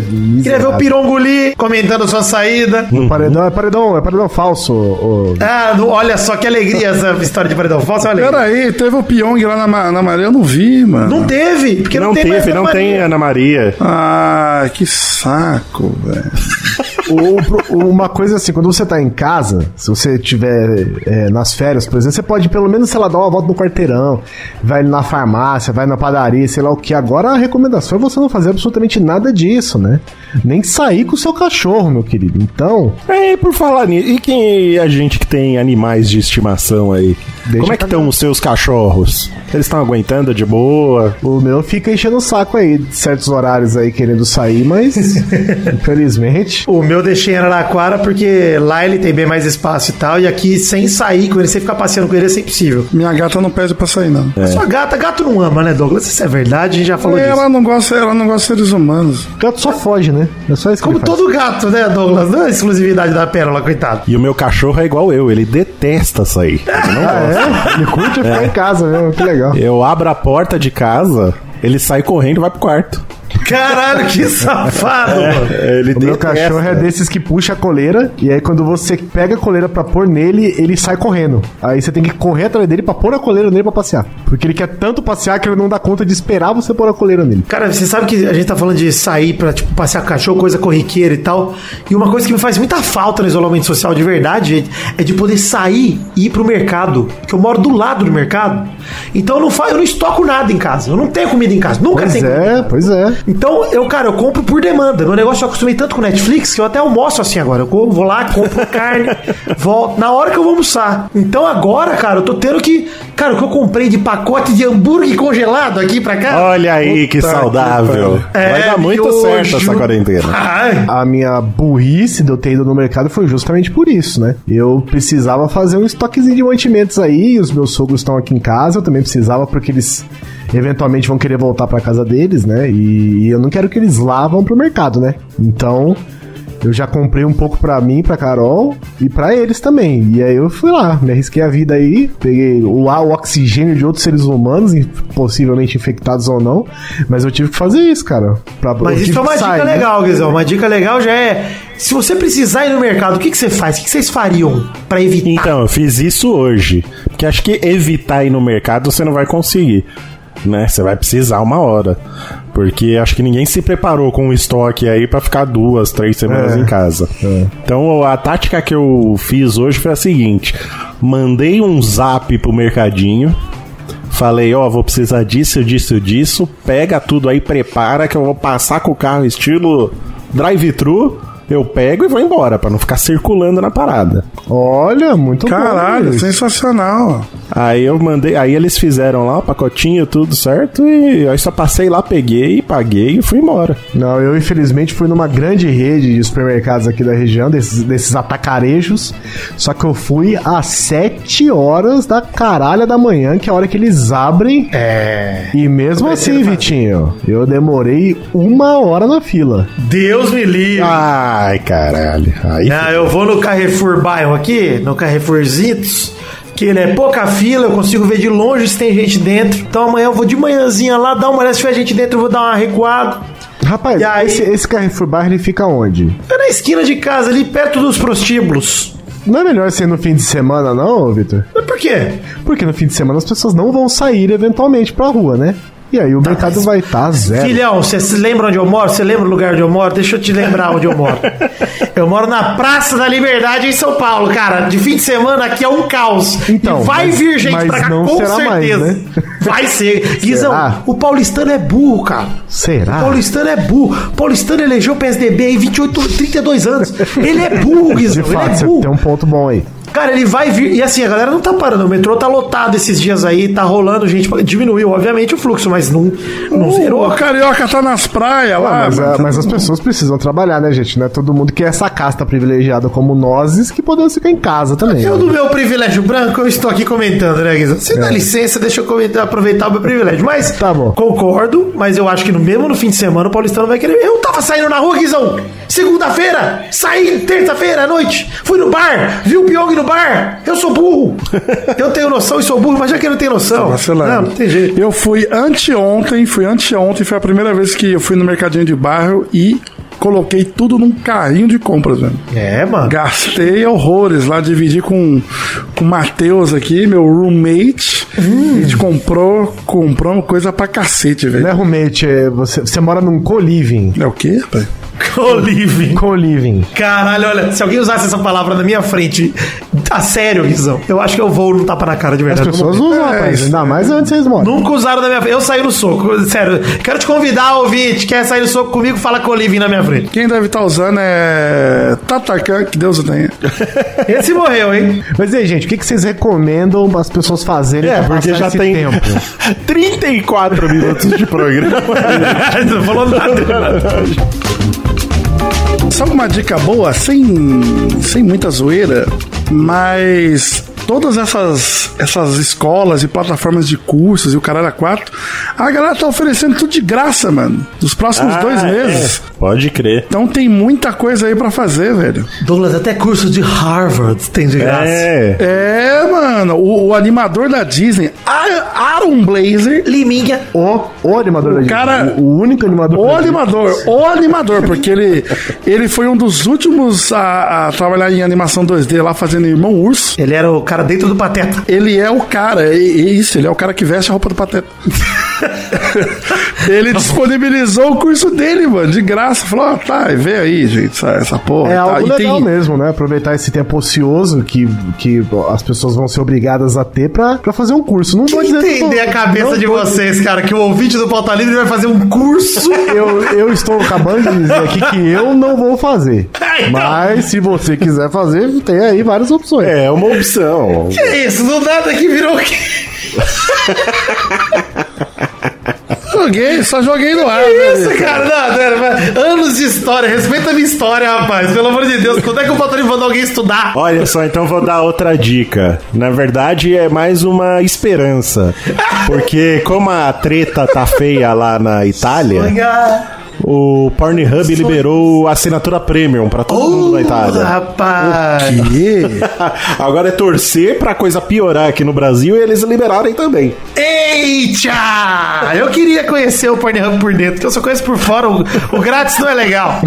B: Queria ver o
D: miserável.
B: Pirongoli comentando sua saída.
C: Uhum.
D: Paredão, é paredão, é paredão falso. ô-
C: É.
D: ô-
B: Ah, no- olha só que alegria essa *laughs* história de Paredão Falso, olha. aí.
E: Peraí, teve o Pyong lá na, Ma- na Maria, eu não vi, mano.
B: Não teve, porque não,
C: não
B: tem mais
C: teve,
B: Ana
C: não tem
B: Maria.
C: Ana Maria.
E: Ah, que saco, velho.
D: o- o pro- uma coisa assim, quando você tá em casa, se você tiver é, nas férias, por exemplo, você pode pelo menos, sei lá, dar uma volta no quarteirão, vai na farmácia, vai na padaria, sei lá o que. Agora a recomendação é você não fazer absolutamente nada disso, né? Nem sair com o seu cachorro, meu querido. Então,
C: É, e por falar nisso, e quem e a gente que tem animais de estimação aí?
D: Deixa
C: Como é que
D: pra
C: estão os seus cachorros? Eles estão aguentando de boa?
D: O meu fica enchendo o saco aí, de certos horários aí querendo sair,
C: *laughs*
D: mas infelizmente.
B: O meu deixei em Araraquara porque lá ele tem bem mais espaço e tal, e aqui sem sair com ele, sem ficar passeando com ele, é sempre possível.
E: Minha gata não pede pra sair, não.
B: Sua gata, gato não ama, né, Douglas? Isso é verdade, a gente já falou disso.
E: Ela não, gosta, ela não gosta de seres humanos.
D: O gato só foge, né? É só isso que
B: Como
D: ele faz.
B: todo gato, né, Douglas? Não é exclusividade da Pérola, coitado.
C: E o meu cachorro é igual eu, ele detesta sair. Ele não
D: Ah,
C: gosta.
D: é? Ele curte ficar em casa mesmo, que legal.
C: Eu abro a porta de casa, ele sai correndo e vai pro quarto.
B: Caralho, *laughs* que safado, mano.
C: Ele
D: O meu cachorro é desses que puxa a coleira, e aí quando você pega a coleira pra pôr nele, ele sai correndo. Aí você tem que correr atrás dele pra pôr a coleira nele pra passear. Porque ele quer tanto passear que ele não dá conta de esperar você pôr a coleira nele.
B: Cara, você sabe que a gente tá falando de sair pra, tipo, passear com cachorro, coisa corriqueira e tal. E uma coisa que me faz muita falta no isolamento social de verdade, gente, é de poder sair e ir pro mercado. Porque eu moro do lado do mercado. Então eu não, fa eu não estoco nada em casa. Eu não tenho comida em casa. Nunca
D: Pois
B: tenho comida.
D: é, pois é.
B: Então, eu, cara, eu compro por demanda. Meu negócio eu acostumei tanto com Netflix que eu até almoço assim agora. Eu co- vou lá, compro *laughs* carne, volto. Na hora que eu vou almoçar. Então agora, cara, eu tô tendo que. Cara, o que eu comprei de pacote de hambúrguer congelado aqui pra cá.
D: Ah.
C: Olha aí que
E: Puta
C: saudável.
E: que
B: É,
C: Vai dar muito
B: miojo.
C: certo essa quarentena.
B: Ai.
D: A minha burrice de eu ter ido no mercado foi justamente por isso, né? Eu precisava fazer um estoquezinho de mantimentos aí, os meus sogros estão aqui em casa, eu também precisava porque eles eventualmente vão querer voltar pra casa deles, né? E, e eu não quero que eles lá vão pro mercado, né? Então, eu já comprei um pouco pra mim, pra Carol e pra eles também. E aí eu fui lá, me arrisquei a vida aí, peguei o ar, o oxigênio de outros seres humanos, e possivelmente infectados ou não, mas eu tive que fazer isso, cara. Pra, eu
B: Mas
D: tive
B: isso é
D: que
B: uma
D: sair,
B: dica
D: né?
B: legal, Guizão. Uma dica legal já é. Se você precisar ir no mercado, o que, que você faz? O que, que vocês fariam pra evitar?
C: Então, eu fiz isso hoje. Porque acho que evitar ir no mercado você não vai conseguir. Né? Você vai precisar uma hora. Porque acho que ninguém se preparou com o estoque aí pra ficar duas, três semanas em casa. Então a tática que eu fiz hoje foi a seguinte: mandei um zap pro mercadinho. Falei, ó, vou precisar disso, disso, disso. Pega tudo aí, prepara que eu vou passar com o carro estilo drive-thru. Eu pego e vou embora, pra não ficar circulando na parada.
D: Olha, muito
E: Caralho,
D: bom.
E: sensacional.
C: Aí eu mandei, aí eles fizeram lá o pacotinho, tudo certo, e aí só passei lá, peguei, paguei e fui embora.
D: Não, eu infelizmente fui numa grande rede de supermercados aqui da região, desses, desses atacarejos. Só que eu fui às 7 horas da caralha da manhã, que é a hora que eles abrem. É. E mesmo assim, Vitinho, eu demorei uma hora na fila.
B: Deus me livre.
C: Ai, caralho. Aí
B: Não, eu vou no Carrefour bairro aqui, no Carrefourzitos, que ele é pouca fila, eu consigo ver de longe se tem gente dentro. Então amanhã eu vou de manhãzinha lá, dar uma olhada se tiver gente dentro, eu vou dar uma recuada.
D: Rapaz,
B: E aí?
D: esse, esse Carrefour Bar ele fica onde?
B: É na esquina de casa, ali perto dos prostíbulos.
D: Não é melhor ser no fim de semana, não, Vitor?
B: Mas por quê?
D: Porque no fim de semana as pessoas não vão sair eventualmente pra rua, né? E aí o mercado vai estar zero.
B: Filhão, você se lembra onde eu moro? Você lembra o lugar onde eu moro? Deixa eu te lembrar onde eu
D: *laughs*
B: moro. Eu moro na Praça da Liberdade em São Paulo, cara. De fim de semana aqui é um caos.
D: Então,
B: e vai
D: mas-
B: vir gente
D: mas
B: pra cá
D: não
B: com
D: será mais,
B: certeza.
D: né?
B: Vai ser. Guizão,
D: *laughs* Será?
B: o paulistano é burro, cara.
D: Será?
B: O paulistano é burro. O paulistano elegeu o PSDB aí 28, 32 anos. Ele é burro, Guizão.
D: *laughs* De fato,
B: ele é
D: você
B: burro.
D: tem um ponto bom aí.
B: Cara, ele vai vir. E assim, a galera não tá parando. O metrô tá lotado esses dias aí, tá rolando, gente. Diminuiu, obviamente, o fluxo, mas não, não zerou.
E: O carioca tá nas praias
D: Ah,
E: lá.
D: mas, ah, mas as pessoas precisam trabalhar, né, gente? Não é todo mundo que é essa casta privilegiada como nós que podemos ficar em casa também.
B: Eu, do meu privilégio branco, eu estou aqui comentando, né, Guizão? Você dá licença, deixa eu comentar, aproveitar o meu privilégio. Mas,
D: É. Tá bom.
B: concordo, mas eu acho que no mesmo no fim de semana o Paulistano vai querer. Eu tava saindo na rua, Guizão! Segunda-feira! Saí terça-feira à noite! Fui no bar! Vi o Pyong no bar! Eu sou
D: *laughs*
B: burro! eu tenho noção e sou burro, mas já que eu não tenho
D: Tá
B: noção.
E: Marcelano.
B: Não, não tem jeito.
E: Eu fui anteontem, fui anteontem, foi a primeira vez que eu fui no mercadinho de bairro e coloquei tudo num carrinho de compras, velho.
B: É, mano.
E: Gastei horrores lá, dividi com com o Matheus aqui, meu roommate.
B: Hum.
E: A gente comprou, comprou uma coisa pra cacete, velho.
D: Né, roommate? É, Você, você mora num co-living.
E: É o quê, rapaz?
B: Olive.
D: Co-living.
B: Caralho, olha, se alguém usasse essa palavra na minha frente, a sério, Guizão, eu acho que eu vou lutar para na cara de
D: As
B: verdade.
D: pessoas usam, rapaz. Ainda mais onde vocês moram.
B: Nunca usaram na minha frente. Eu saí no soco. Sério. Quero te convidar, ouvinte. Quer sair no soco comigo? Fala com o Olivia na minha frente.
E: Quem deve estar usando é Tatacan, que Deus o tenha.
B: Esse morreu, hein?
D: Mas e aí, gente, o que, que vocês recomendam as pessoas fazerem
C: É,
D: pra
C: porque
D: passar
C: já
D: esse
C: tem
D: tempo?
C: 34 minutos de programa.
B: Não *laughs* falou nada.
E: Sabe uma dica boa, sem, sem muita zoeira, mas todas essas, essas escolas e plataformas de cursos e o caralho a quatro, a galera tá oferecendo tudo de graça, mano, nos próximos
C: *laughs*
E: dois
C: Ah,
E: meses.
C: é. Pode crer.
E: Então tem muita coisa aí pra fazer, velho.
B: Douglas, até curso de Harvard tem de graça.
C: É.
E: É, mano, o, o animador da Disney, A- Aaron Blazer,
B: Liminha.
D: O, o animador da
E: cara-
D: O, o único animador.
E: O
D: da-
E: animador, o animador, porque ele, ele foi um dos últimos a, a trabalhar em animação 2D lá fazendo Irmão Urso.
B: Ele era o cara dentro do pateta.
E: Ele é o cara, é é isso, ele é o cara que veste a roupa do Pateta. ele disponibilizou o curso dele, mano, de graça. Falou, ó, tá, vê aí, gente, essa, essa porra.
D: É
E: tá, e tal.
D: algo
E: E
D: legal
E: tem-
D: mesmo, né? Aproveitar esse tempo ocioso que, que as pessoas vão ser obrigadas a ter pra, pra fazer um curso. Não vou dizer que
B: Entender
D: tô-
B: a cabeça
D: não
B: de
D: tô-
B: vocês, cara, que o ouvinte do Pauta Livre vai fazer um curso.
D: Eu, eu estou acabando de dizer aqui que eu não vou fazer.
B: É, então.
D: Mas se você quiser fazer, tem aí várias opções.
C: É uma opção.
B: Que isso? Do nada que é virou.
E: Joguei, só joguei no ar. né,
B: Isso,
E: velho?
B: cara, não, sério, mas anos de história, respeita a minha história, rapaz, pelo amor de Deus, quando é que o Pauta Livre mandou alguém estudar?
C: Olha só, então vou dar outra dica. Na verdade, é mais uma esperança. Porque como a treta tá feia lá na Itália,
B: Olha,
C: o Pornhub liberou a assinatura premium pra todo mundo da Itália.
B: Uh, rapaz.
C: *laughs* Agora é torcer pra coisa piorar aqui no Brasil e eles liberarem também.
B: Eita! Eu queria conhecer o Pornhub por dentro, que eu só conheço por fora, o, o grátis não é legal.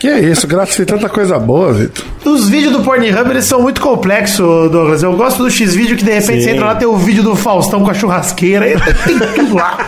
E: Que isso, grátis tem tanta coisa boa, Vitor.
B: Os vídeos do Pornhub, eles são muito complexos, Douglas. Eu gosto do X-Vídeo, que de repente
C: Sim.
B: você entra lá, tem o vídeo do Faustão com a churrasqueira, e tem tudo lá.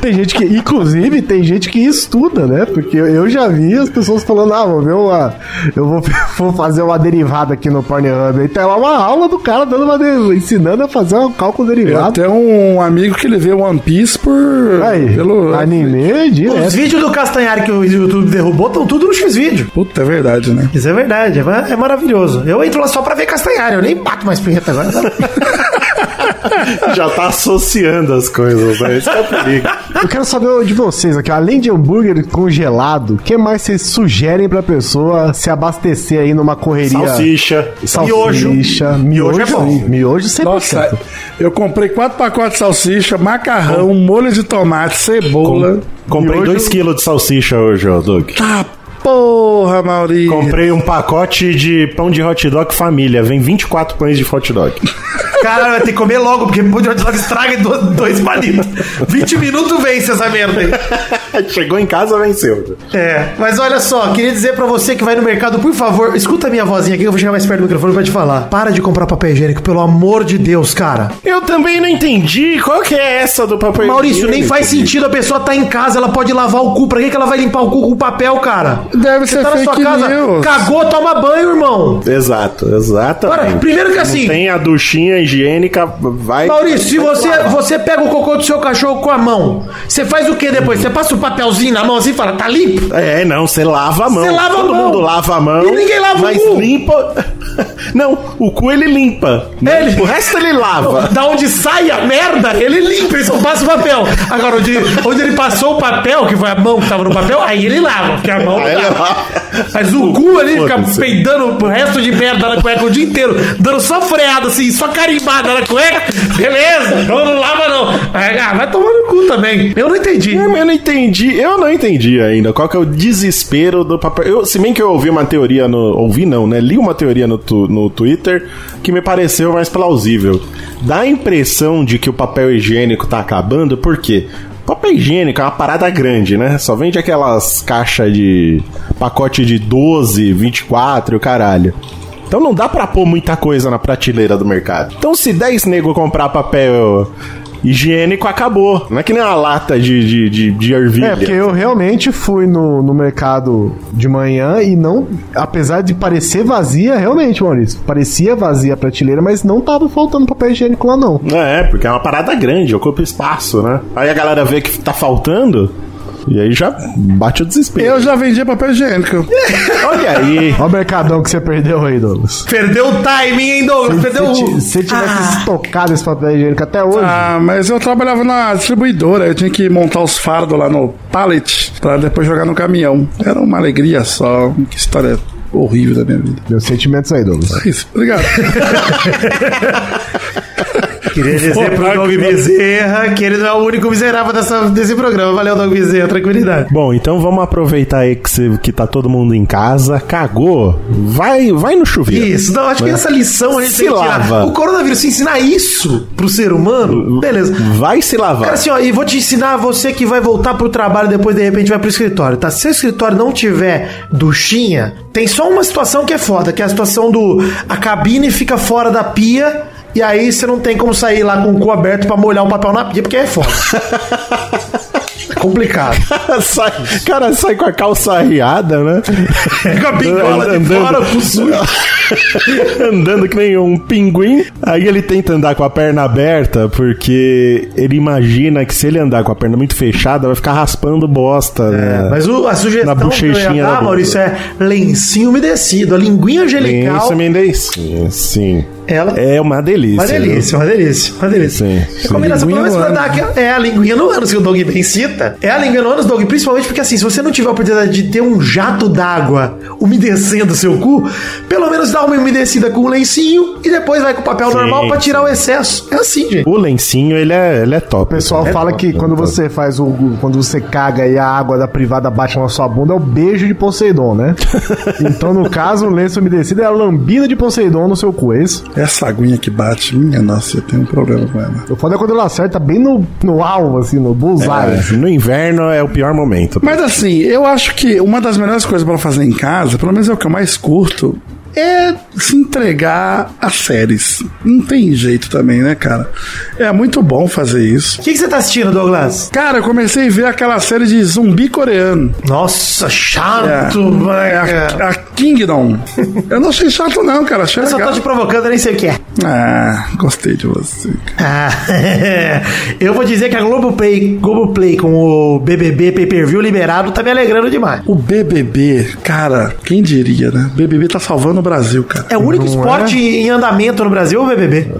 D: Tem gente que, inclusive, tem gente que estuda, né? Porque eu- eu já vi as pessoas falando, ah, vou ver uma. Eu vou, *laughs* vou fazer uma derivada aqui no Pornhub. Aí tá lá uma aula do cara dando uma de- ensinando a fazer um cálculo
E: Eu
D: derivado.
E: até um amigo que ele vê One Piece por.
D: Aí,
E: pelo.
D: anime
B: Os
D: direto.
B: vídeos do Castanhari que o YouTube derrubou estão tudo no X-Vídeo.
E: Puta, é verdade, né?
B: Isso é verdade, é ma- é maravilhoso. Eu entro lá só pra ver Castanhari, eu nem bato mais punheta agora. sabe?
C: Já tá associando as coisas, né? Esse é o perigo.
D: Ah, Eu quero saber de vocês aqui, além de hambúrguer congelado, o que mais vocês sugerem pra pessoa se abastecer aí numa correria?
C: Salsicha.
D: Salsicha,
B: Miojo
D: miojo. Miojo
B: é bom.
D: sim, Miojo 100%.
E: Nossa, eu comprei quatro pacotes de salsicha, macarrão, molho de tomate, cebola.
C: Comprei
E: Miojo.
C: 2kg de salsicha hoje, ô Doug.
E: Ah, porra, Maurício.
C: Comprei um pacote de pão de hot dog família. Vem 24 pães de hot dog.
B: Caralho, vai ter que comer logo, porque pão de hot dog estraga em do- dois palitos. 20 minutos vence essa merda aí.
C: *laughs* Chegou em casa, venceu.
B: É, mas olha só, queria dizer pra você que vai no mercado, por favor, escuta a minha vozinha aqui, que eu vou chegar mais perto do microfone pra te falar. Para de comprar papel higiênico, pelo amor de Deus, cara.
C: Eu também não entendi. Qual que é essa do papai?
B: Maurício, nem faz sentido, a pessoa tá em casa, ela pode lavar o cu, pra que, que ela vai limpar o cu com papel, cara?
E: Deve ser
B: Tá na sua
E: fake
B: casa,
E: news.
B: cagou, toma banho, irmão.
C: Exato, exatamente.
B: Cara, primeiro que assim-
C: Não tem a duchinha higiênica, vai.
B: Maurício, se você, você pega o cocô do seu cachorro com a mão, você faz o que depois? Você passa o papelzinho na mão assim e fala, tá limpo?
C: É, não, você lava a mão.
B: Você lava a
C: Todo
B: mão.
C: mundo lava a mão.
B: E ninguém lava o
C: mas
B: cu.
C: limpa. Não, o *laughs* cu ele limpa. né?
B: Ele-
C: O resto ele lava.
B: Da onde sai a merda, ele limpa, ele só passa o papel. Agora, onde, onde ele passou o papel, que foi a mão que tava no papel, aí ele lava, porque a mão não
C: Aí ele
B: lava.
C: lava.
B: Mas o cu ali fica
C: Foda-se.
B: peidando o resto de merda na cueca o dia inteiro, dando só freada assim, só carimbada na cueca. Beleza, não, não lava não. Ah, vai tomar no cu também. Eu não entendi.
C: Eu não entendi, eu não entendi ainda qual que é o desespero do papel. Eu, se bem que eu ouvi uma teoria no. Ouvi não, né? Li uma teoria no, tu- no Twitter que me pareceu mais plausível. Dá a impressão de que o papel higiênico tá acabando, por quê? Papel higiênico é uma parada grande, né? Só vende aquelas caixas de pacote de 12, 24 e o caralho. Então não dá pra pôr muita coisa na prateleira do mercado. Então se 10 nego comprar papel higiênico, acabou. Não é que nem uma lata de, de, de, de ervilha.
D: É, porque eu realmente fui no, no mercado de manhã e não. Apesar de parecer vazia, realmente, Maurício. Parecia vazia a prateleira, mas não tava faltando papel higiênico lá, não.
C: É, porque é uma parada grande, ocupa espaço, né? Aí a galera vê que tá faltando e aí já bate o desespero.
E: Eu já vendia papel higiênico.
C: *laughs* Olha aí.
D: Olha o mercadão que você perdeu aí, Douglas.
B: Perdeu o timing, hein, Douglas?
D: Se
B: Perdeu um.
D: ti-
B: o.
D: se tivesse estocado esse papel higiênico até hoje.
E: Ah, mas eu trabalhava na distribuidora, eu tinha que montar os fardos lá no pallet pra depois jogar no caminhão. Era uma alegria só, que história horrível da minha vida. É
D: Meus sentimentos aí, Douglas.
E: Isso, obrigado.
B: Queria dizer pro Doug Bezerra que ele não é o único miserável dessa- desse programa. Valeu, Doug Bezerra, tranquilidade.
C: Bom, então vamos aproveitar aí que, cê- que tá todo mundo em casa. Cagou. Vai, vai no chuveiro.
B: Isso, não, acho que essa lição a gente
C: Se
B: tem que tirar.
C: lava.
B: O coronavírus, se ensinar isso pro ser humano, beleza.
C: Vai se lavar.
B: Cara, assim, ó, e vou te ensinar você que vai voltar pro trabalho depois de repente vai pro escritório, tá? Se o escritório não tiver duchinha, tem só uma situação que é foda, que é a situação do a cabine fica fora da pia e aí você não tem como sair lá com o cu aberto pra molhar o papel na pia, porque é foda. *laughs* É complicado.
C: sai, cara sai com a calça
B: *laughs*
C: arriada, né?
B: Fica a pingola de fora pro sujo.
C: *laughs* Andando que nem um pinguim. Aí ele tenta andar com a perna aberta, porque ele imagina que se ele andar com a perna muito fechada, vai ficar raspando bosta, né?
B: É, Mas o- a sugestão
C: Na bochechinha
B: que eu ia
C: da
B: dar,
C: boca.
B: Maurício, é lencinho umedecido, a linguinha angelical.
C: Isso, Mendes. Sim, Sim.
B: Ela-
C: É uma delícia.
B: Uma delícia, uma delícia, uma delícia.
C: Sim, sim.
B: Recomendação, pelo
E: Linguinha
B: menos pra
E: no
B: dar aquela. É a linguinha no ânus que o Doug bem cita. É a linguinha no ânus, Doug, principalmente porque assim, se você não tiver a oportunidade de ter um jato d'água umedecendo o seu cu, pelo menos dá uma umedecida com um lencinho e depois vai com papel normal pra tirar o excesso. *laughs* É assim, gente.
C: viu? O lencinho, ele é, ele é top. é
D: O pessoal fala que quando você faz o. Quando você caga e a água da privada bate na sua bunda, é o beijo de
C: *laughs*
D: Poseidon, né? então, no caso, o lenço umedecido é a lambida de Poseidon no seu cu, é isso?
E: Essa aguinha que bate, minha nossa, eu tenho um problema com ela.
D: O foda é quando ele acerta bem no, no alvo, assim, no bullseye.
C: É, no inverno é o pior momento.
E: Mas assim, eu acho que uma das melhores coisas pra fazer em casa, pelo menos é o que eu mais curto, é se entregar a séries. Não tem jeito também, né, cara? É muito bom fazer isso.
B: O que, que você tá assistindo, Douglas?
E: Cara, eu comecei a ver aquela série de zumbi coreano.
B: Nossa,
E: É,
B: chato,
E: é
B: Ah, vai, cara.
E: a, a Kingdom. Eu não achei chato, não, cara. Achei
B: Eu só tô
E: legal.
B: te provocando, eu nem sei o que é.
E: Ah, gostei de você. cara.
B: Ah, *laughs* eu vou dizer que a Globoplay, Globoplay com o BBB Pay Per View liberado tá me alegrando demais.
E: O BBB, cara, quem diria, né? BBB tá salvando o Brasil, cara.
B: É o único esporte em andamento no Brasil, o BBB.
C: V-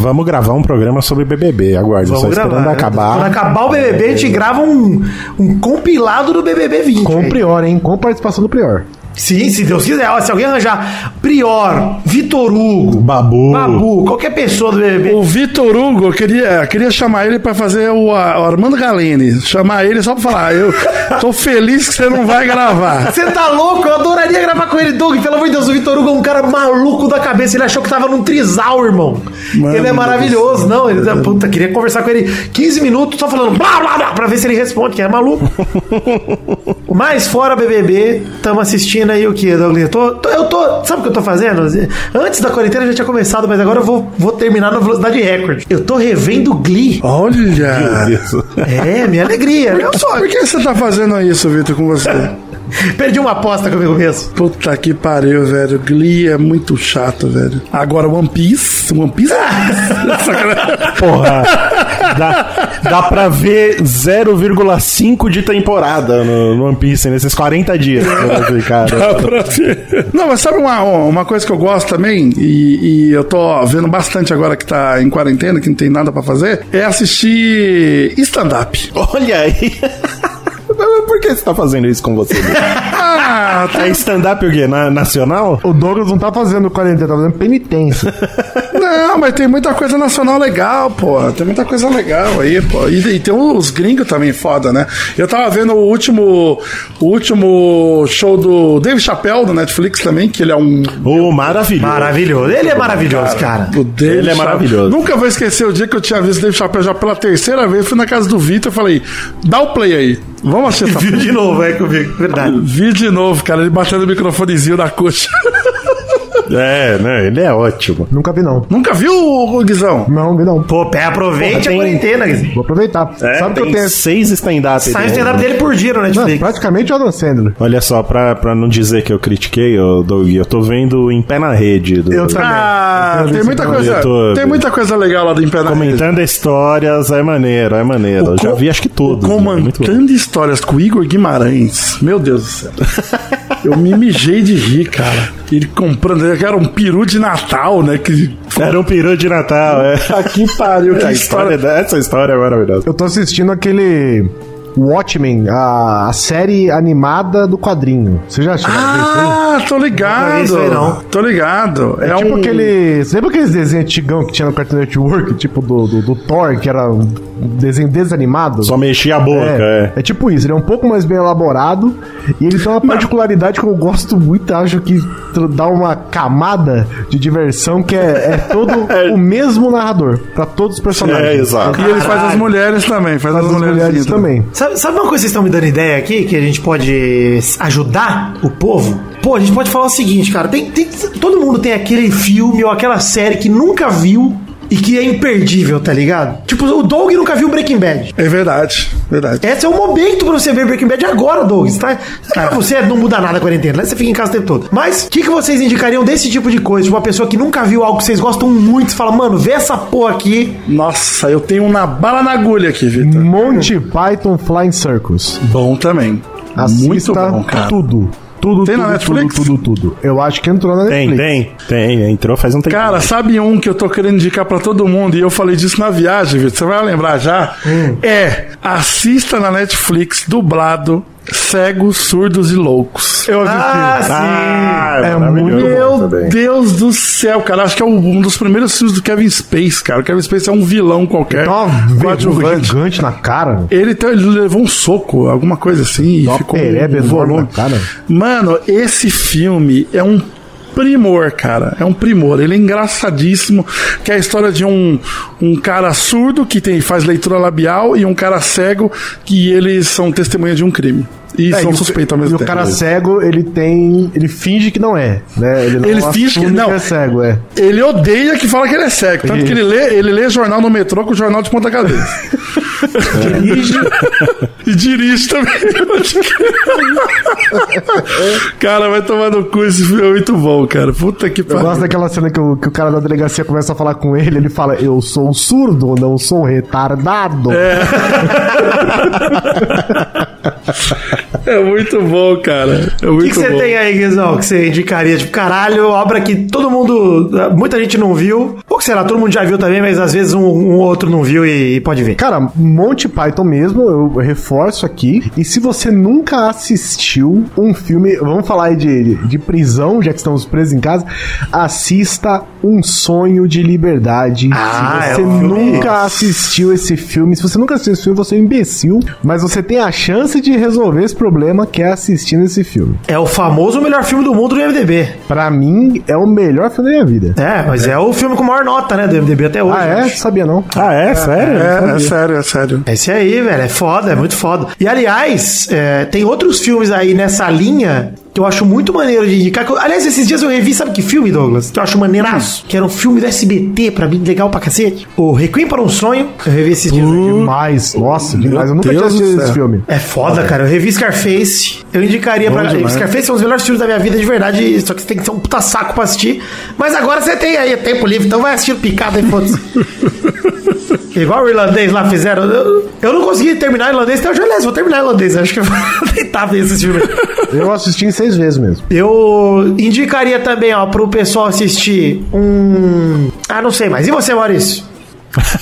C: vamos gravar um programa sobre BBB. Aguarde, só esperando
B: né?
C: acabar.
B: Quando acabar o BBB, a gente grava um, um compilado do BBB 20.
D: Com o
B: velho.
D: Prior, hein? Com
B: tá
D: participação do Prior.
B: Sim, se Deus quiser. Ó, se alguém arranjar Prior, Vitor Hugo,
C: Babu.
B: Babu, qualquer pessoa do BBB.
E: O Vitor Hugo, eu queria, queria chamar ele pra fazer o, a- o Armando Galene. Chamar ele só pra falar, eu tô feliz que você não vai gravar.
B: Você tá louco? Eu adoraria gravar com ele, Doug. Pelo amor de Deus, o Vitor Hugo é um cara maluco da cabeça. Ele achou que tava num trisal, irmão.
E: Mano
B: ele é
E: do
B: maravilhoso. Não, ele é, puta, queria conversar com ele 15 minutos só falando blá blá blá pra ver se ele responde, que é *laughs* maluco. Mas fora BBB, tamo assistindo aí o que, Douglas? Eu tô, tô- eu tô. Sabe o que eu tô fazendo? Antes da quarentena eu já tinha começado, mas agora eu vou, vou terminar na velocidade recorde. Eu tô revendo Glee.
E: Olha!
C: Meu Deus.
B: É, minha alegria. Eu só. *laughs*
E: Por que você tá fazendo isso, Vitor, com você?
B: Perdi uma aposta comigo mesmo.
E: Puta que pariu, velho. Glee é muito chato, velho. Agora One Piece. One Piece?
C: *laughs*
E: é Sacanagem.
C: Porra. Dá, dá pra ver 0,5 de temporada no, no One Piece nesses 40 *laughs* dias. Cara.
E: Dá pra ver. Não, mas sabe uma, uma coisa que eu gosto também, e, e eu tô vendo bastante agora que tá em quarentena, que não tem nada pra fazer, é assistir stand-up.
C: Olha aí. Por que você tá fazendo isso com você? Dudu?
E: Ah,
C: É stand-up o quê? Na- nacional?
D: O Douglas não tá fazendo quarentena, tá fazendo
C: *laughs*
D: penitência.
E: Não, mas tem muita coisa nacional legal, pô. Tem muita coisa legal aí, pô. E, e tem os gringos também foda, né? Eu tava vendo o último, o último show do Dave Chappelle do Netflix também, que ele é um.
C: Ô, maravilhoso.
B: Maravilhoso. Ele é maravilhoso, cara.
E: O Dave
C: Ele é
E: Chappelle-
C: maravilhoso.
E: Nunca vou esquecer o dia que eu tinha visto o Dave Chappelle já pela terceira vez. Fui na casa do Vitor e falei: dá o play aí. Vamos assistir
B: *laughs*
C: *laughs*
E: essa
B: Viu de novo, é comigo, verdade.
E: Vi de novo, cara, ele batendo o microfonezinho na coxa. *laughs*
C: É, né? Ele é ótimo.
D: Nunca vi, não.
E: Nunca viu, ô, Guizão?
D: Não, vi não.
B: Pô, pé, aproveite
C: Porra, tem-
B: a quarentena, Guizinho.
D: Vou aproveitar. Sabe que eu
C: É, tem
D: tenho.
C: seis stand-up
B: Sai o
C: dele.
B: stand-up dele por dia no
D: Não,
B: Netflix.
D: praticamente o Adam Sandler.
C: Olha só, pra, pra não dizer que eu critiquei, ô, Doug, eu tô vendo Em Pé na Rede. Do,
D: Eu também.
E: Ah, tem muita
C: no
E: coisa.
C: YouTube.
E: Tem muita coisa legal lá do Império da Rede.
C: Comentando histórias, é maneiro, é maneiro. Eu já
E: Co-
C: vi acho que todos.
E: o
C: né? Muito bom.
E: Comandando histórias com o Igor Guimarães. Meu Deus do céu. Eu me mijei de rir, cara. Ele comprando, era um peru de Natal, né? Que.
C: Era um peru de Natal, é.
E: Que pariu, que
C: A
E: história.
C: história, essa história é maravilhosa.
D: Eu tô assistindo aquele. Watchmen, a, a série animada do quadrinho. Você já assistiu?
E: Ah, tô
B: Não é
E: ligado.
B: isso aí, não.
E: Tô ligado. É,
D: É tipo
E: um...
D: aquele. Você lembra aqueles desenhos antigão que tinha no Cartoon Network, tipo do, do, do Thor, que era um desenho desanimado?
C: Só mexia a boca, é.
D: é. é tipo isso, ele é um pouco mais bem elaborado e ele tem uma particularidade que eu gosto muito, acho que tr- dá uma camada de diversão que é, é todo o mesmo narrador pra todos os personagens.
C: É, exato.
E: E ele faz as mulheres também. Faz,
D: As
E: as, mulheres, assim, tá?
D: mulheres também.
B: Sabe, sabe uma coisa que vocês estão me dando ideia aqui, que a gente pode ajudar o povo? Pô, a gente pode falar o seguinte, cara, tem, tem- todo mundo tem aquele filme ou aquela série que nunca viu e que é imperdível, tá ligado? Tipo, o Doug nunca viu Breaking Bad.
E: É verdade, verdade.
B: Esse é o momento pra você ver Breaking Bad agora, Doug. Você Tá? Cara, você não muda nada a quarentena, né? Você fica em casa o tempo todo. Mas o que, que vocês indicariam desse tipo de coisa? Tipo, uma pessoa que nunca viu algo que vocês gostam muito, você fala, mano, vê essa porra aqui.
E: Nossa, eu tenho um na bala na agulha aqui,
D: Hum.
E: Vitor.
D: Monty Python Flying Circus.
E: Bom também. Muito
D: Assista
E: bom, cara.
D: tudo. Tudo,
E: Tem
D: tudo,
E: na Netflix?
D: tudo, tudo, tudo. Eu acho que entrou na
C: Tem,
D: Netflix.
C: tem, tem. Entrou faz um tempo.
E: Cara, sabe um que eu tô querendo indicar pra todo mundo e eu falei disso na viagem, Vitor? Você vai lembrar já? É, assista na Netflix dublado Cegos, Surdos e Loucos. Eu assisti.
C: ah,
D: é
C: maravilhoso
D: muito-
C: bom
E: Meu
C: também.
E: Deus do céu, cara. Acho que é um dos primeiros filmes do Kevin Space, cara. O Kevin Space é um vilão qualquer.
D: Tem uma verruga
E: coadjuvante.
D: gigante na cara.
E: Ele, te- ele levou um soco, alguma coisa assim, e ficou
D: pereba
E: um
D: enorme
E: volume.
D: na cara.
E: Mano, esse filme é um primor, cara. É um primor. Ele é engraçadíssimo, que é a história de um, um cara surdo que tem, faz leitura labial e um cara cego que eles são testemunha de um crime. E
D: É,
E: são
D: e o-
E: suspeitos ao
D: E
E: mesmo
D: o
E: tempo.
D: cara cego, ele tem. Ele finge que não é. Né? não
E: Ele finge que-
D: assume
E: não.
D: é cego, é.
E: Ele odeia que fala que ele é cego. Tanto que ele lê, ele lê jornal no metrô com o jornal de ponta cabeça. dirige. *laughs* e dirige também. cara, vai tomar no cu esse filme é muito bom, cara. Puta que
D: Eu gosto
E: pariu.
D: daquela cena que o, que o cara da delegacia começa a falar com ele, ele fala, eu sou um surdo, não sou um retardado.
E: É muito bom, cara. É
B: O
E: muito
B: que que você
E: bom.
B: tem aí, Guizão, que você indicaria? Tipo, caralho, obra que todo mundo. Muita gente não viu. Ou que será, todo mundo já viu também, mas às vezes um, um outro não viu e, e pode ver.
D: Cara, Monty Python mesmo, eu reforço aqui. E se você nunca assistiu um filme, vamos falar aí de, de prisão, já que estamos presos em casa, assista Um Sonho de Liberdade.
B: Ah,
D: se você
B: é um filme-
D: nunca assistiu esse filme, se você nunca assistiu esse filme, você é um imbecil, mas você tem a chance de resolver esse problema que é assistindo esse filme.
B: É o famoso melhor filme do mundo do MDB.
D: Pra mim, é o melhor filme da minha vida.
B: É, mas é o filme com maior nota, né, do MDB até hoje.
D: Ah,
B: eu
D: é?
B: acho.
D: Sabia não.
C: Ah, é? Sério?
E: É, é sério, é sério.
B: É Esse aí, velho, é foda, é muito foda. E aliás, é, tem outros filmes aí nessa linha que eu acho muito maneiro de indicar. que eu- aliás, esses dias eu revi, sabe que filme, Douglas? Que eu acho
D: Hum.
B: maneiraço. Que era um filme do SBT, pra mim, legal pra cacete. O Requiem para um Sonho, eu revi esses dias. aí.
D: Demais, nossa, demais. Eu nunca tinha
E: Deus do
D: assistido
E: céu.
D: esse filme.
B: É foda, cara. Eu revi Scarface. Eu indicaria pra.
E: demais.
B: Scarface é um dos melhores filmes da minha vida, de verdade. Só que tem que ser um puta saco pra assistir. Mas agora você tem aí tempo livre, então vai assistir picada e foda-se. Igual o irlandês lá fizeram. Eu, eu não consegui terminar o irlandês, então eu já aliás, vou terminar o irlandês. Acho que eu vou *laughs* tentar ver esse filme.
D: Eu assisti em seis vezes mesmo.
B: Eu indicaria também, ó, pro pessoal assistir um. Ah, não sei mais. E você, Maurício?
C: *laughs*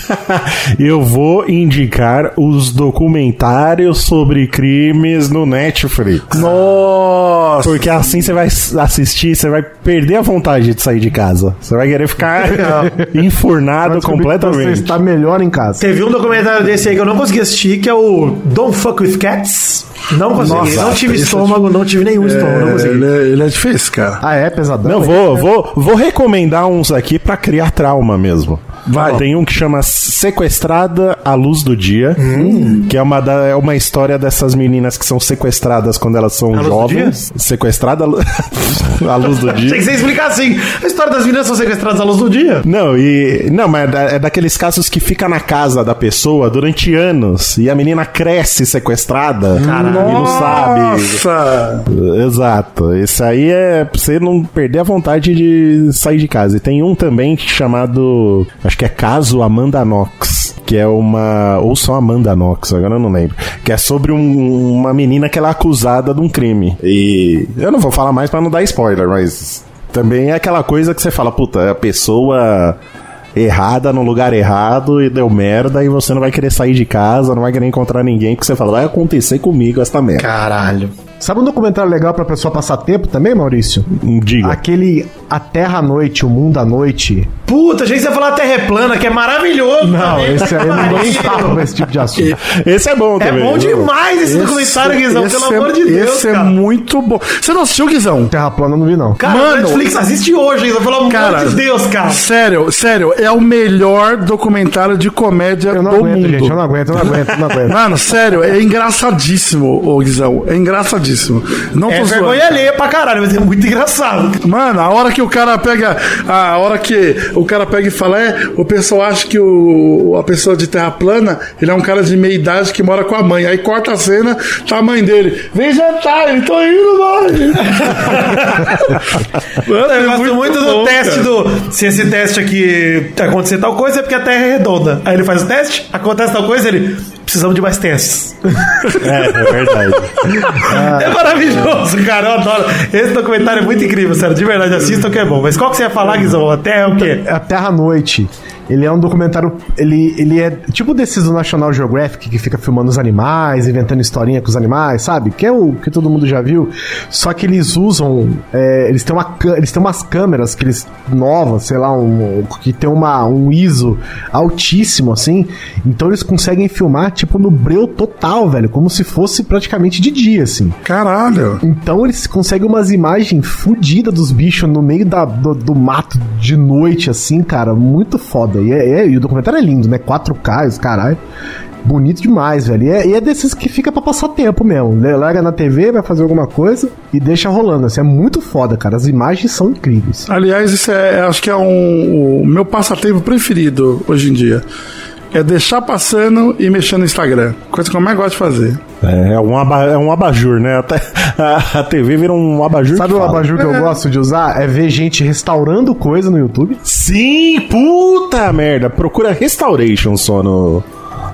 C: Eu vou indicar os documentários sobre crimes no Netflix.
E: Nossa!
C: Porque assim você vai s- assistir, você vai perder a vontade de sair de casa. Você vai querer ficar
D: Vai
C: enfurnado
D: descobrir que Você
C: completamente.
D: está melhor em casa.
B: Teve um documentário desse aí que eu não consegui assistir, que é o Don't Fuck With Cats. Não consegui,
E: Nossa,
B: não tive
E: isso é
B: estômago, não tive nenhum estômago, não
E: É,
B: consegui.
E: ele, é, ele é difícil, cara.
D: Ah, é pesadão?
C: Não,
D: Não,
C: vou, vou, vou recomendar uns aqui pra criar trauma mesmo.
E: Vai.
C: Tem um que chama Sequestrada à Luz do Dia,
B: Hum.
C: que é uma, da- é uma história dessas meninas que são sequestradas quando elas são
B: luz do
C: jovens. Sequestrada à lu- *laughs* à luz do dia.
B: Tem que você explicar assim. A história das meninas são sequestradas à luz do dia.
C: Não, e. Não, mas é da- é daqueles casos que fica na casa da pessoa durante anos e a menina cresce sequestrada e não sabe.
E: Nossa!
C: Exato. Esse aí é pra você não perder a vontade de sair de casa. E tem um também chamado. Acho que é Caso Amanda Knox. Que é uma. Ou só Amanda Knox, agora eu não lembro. Que é sobre um- uma menina que ela é acusada de um crime. E. Eu não vou falar mais pra não dar spoiler, mas. Também é aquela coisa que você fala, puta, é a pessoa errada no lugar errado e deu merda e você não vai querer sair de casa, não vai querer encontrar ninguém, porque você fala, vai acontecer comigo esta merda.
B: Caralho.
D: Sabe um documentário legal pra pessoa passar tempo também, Maurício?
C: Diga.
D: Aquele A Terra à Noite, O Mundo à Noite.
B: Puta, achei que você ia falar Terra é plana, que é maravilhoso.
D: Não,
B: também.
D: esse aí
B: *laughs*
D: não dou um tapa pra esse tipo de assunto.
C: Esse é bom
B: É
C: também.
B: bom demais esse, documentário, Guizão, pelo
E: é-
B: amor de Deus,
E: Esse é
B: cara.
E: muito bom. Você não assistiu, Guizão?
D: Terra plana eu não vi, não.
B: Cara,
E: Mano.
B: Netflix, assiste hoje, Guizão, pelo amor
E: Cara,
B: de Deus, cara.
E: Sério, sério, é o melhor documentário de comédia
D: Eu não
E: do
D: aguento,
E: mundo.
D: gente. Eu não aguento, eu não aguento, eu não aguento.
E: Mano, sério, é engraçadíssimo, ô Guizão. É engraçadíssimo. Não
B: É
E: tô zoando.
B: vergonha alheia pra caralho, mas é muito engraçado.
E: Mano, a hora que o cara pega. A hora que o cara pega e fala, é, o pessoal acha que o, a pessoa de terra plana, ele é um cara de meia idade que mora com a mãe. Aí corta a cena, tá a mãe dele. Vem jantar, ele tô indo, mãe. Mano,
B: Eu gosto muito, do
E: é bom,
B: teste
E: cara.
B: do. Se esse teste aqui acontecer tal coisa, é porque a Terra é redonda. Aí ele faz o teste, acontece tal coisa, ele. Precisamos de mais testes.
C: É, é verdade.
E: Ah.
B: É maravilhoso, cara. Eu adoro. Esse documentário é muito incrível, sério. De verdade, assistam que é bom. Mas qual que você ia falar, Guizão? A Terra é o quê?
D: É A Terra à Noite. Ele é um documentário. Ele, ele é tipo desses do National Geographic que fica filmando os animais, inventando historinha com os animais, sabe? Que é o que todo mundo já viu. Só que eles usam. é, eles, têm uma, cã- eles têm umas câmeras que eles. novas, sei lá, um, que tem uma, um ISO altíssimo, assim. Então eles conseguem filmar, tipo, no breu total, velho. Como se fosse praticamente de dia, assim.
E: Caralho.
D: Então eles conseguem umas imagens fodidas dos bichos no meio da, do, do mato de noite, assim, cara. Muito foda. E, é- é- e o documentário é lindo, né? 4K, os caralho. Bonito demais, velho. E é, e é desses que fica pra passar tempo mesmo. né? Larga na TV, vai fazer alguma coisa e deixa rolando. Assim, é muito foda, cara. As imagens são incríveis.
E: Aliás, isso é, acho que é um, o meu passatempo preferido hoje em dia. É deixar passando e mexer no Instagram. Coisa que eu mais gosto de fazer.
C: É, é um, aba- é um abajur, né? Até a, a TV vira um abajur.
D: Sabe
C: que
D: o
C: fala.
D: abajur que eu gosto de usar? É ver gente restaurando coisa no YouTube.
C: Sim, puta merda. Procura Restoration só no,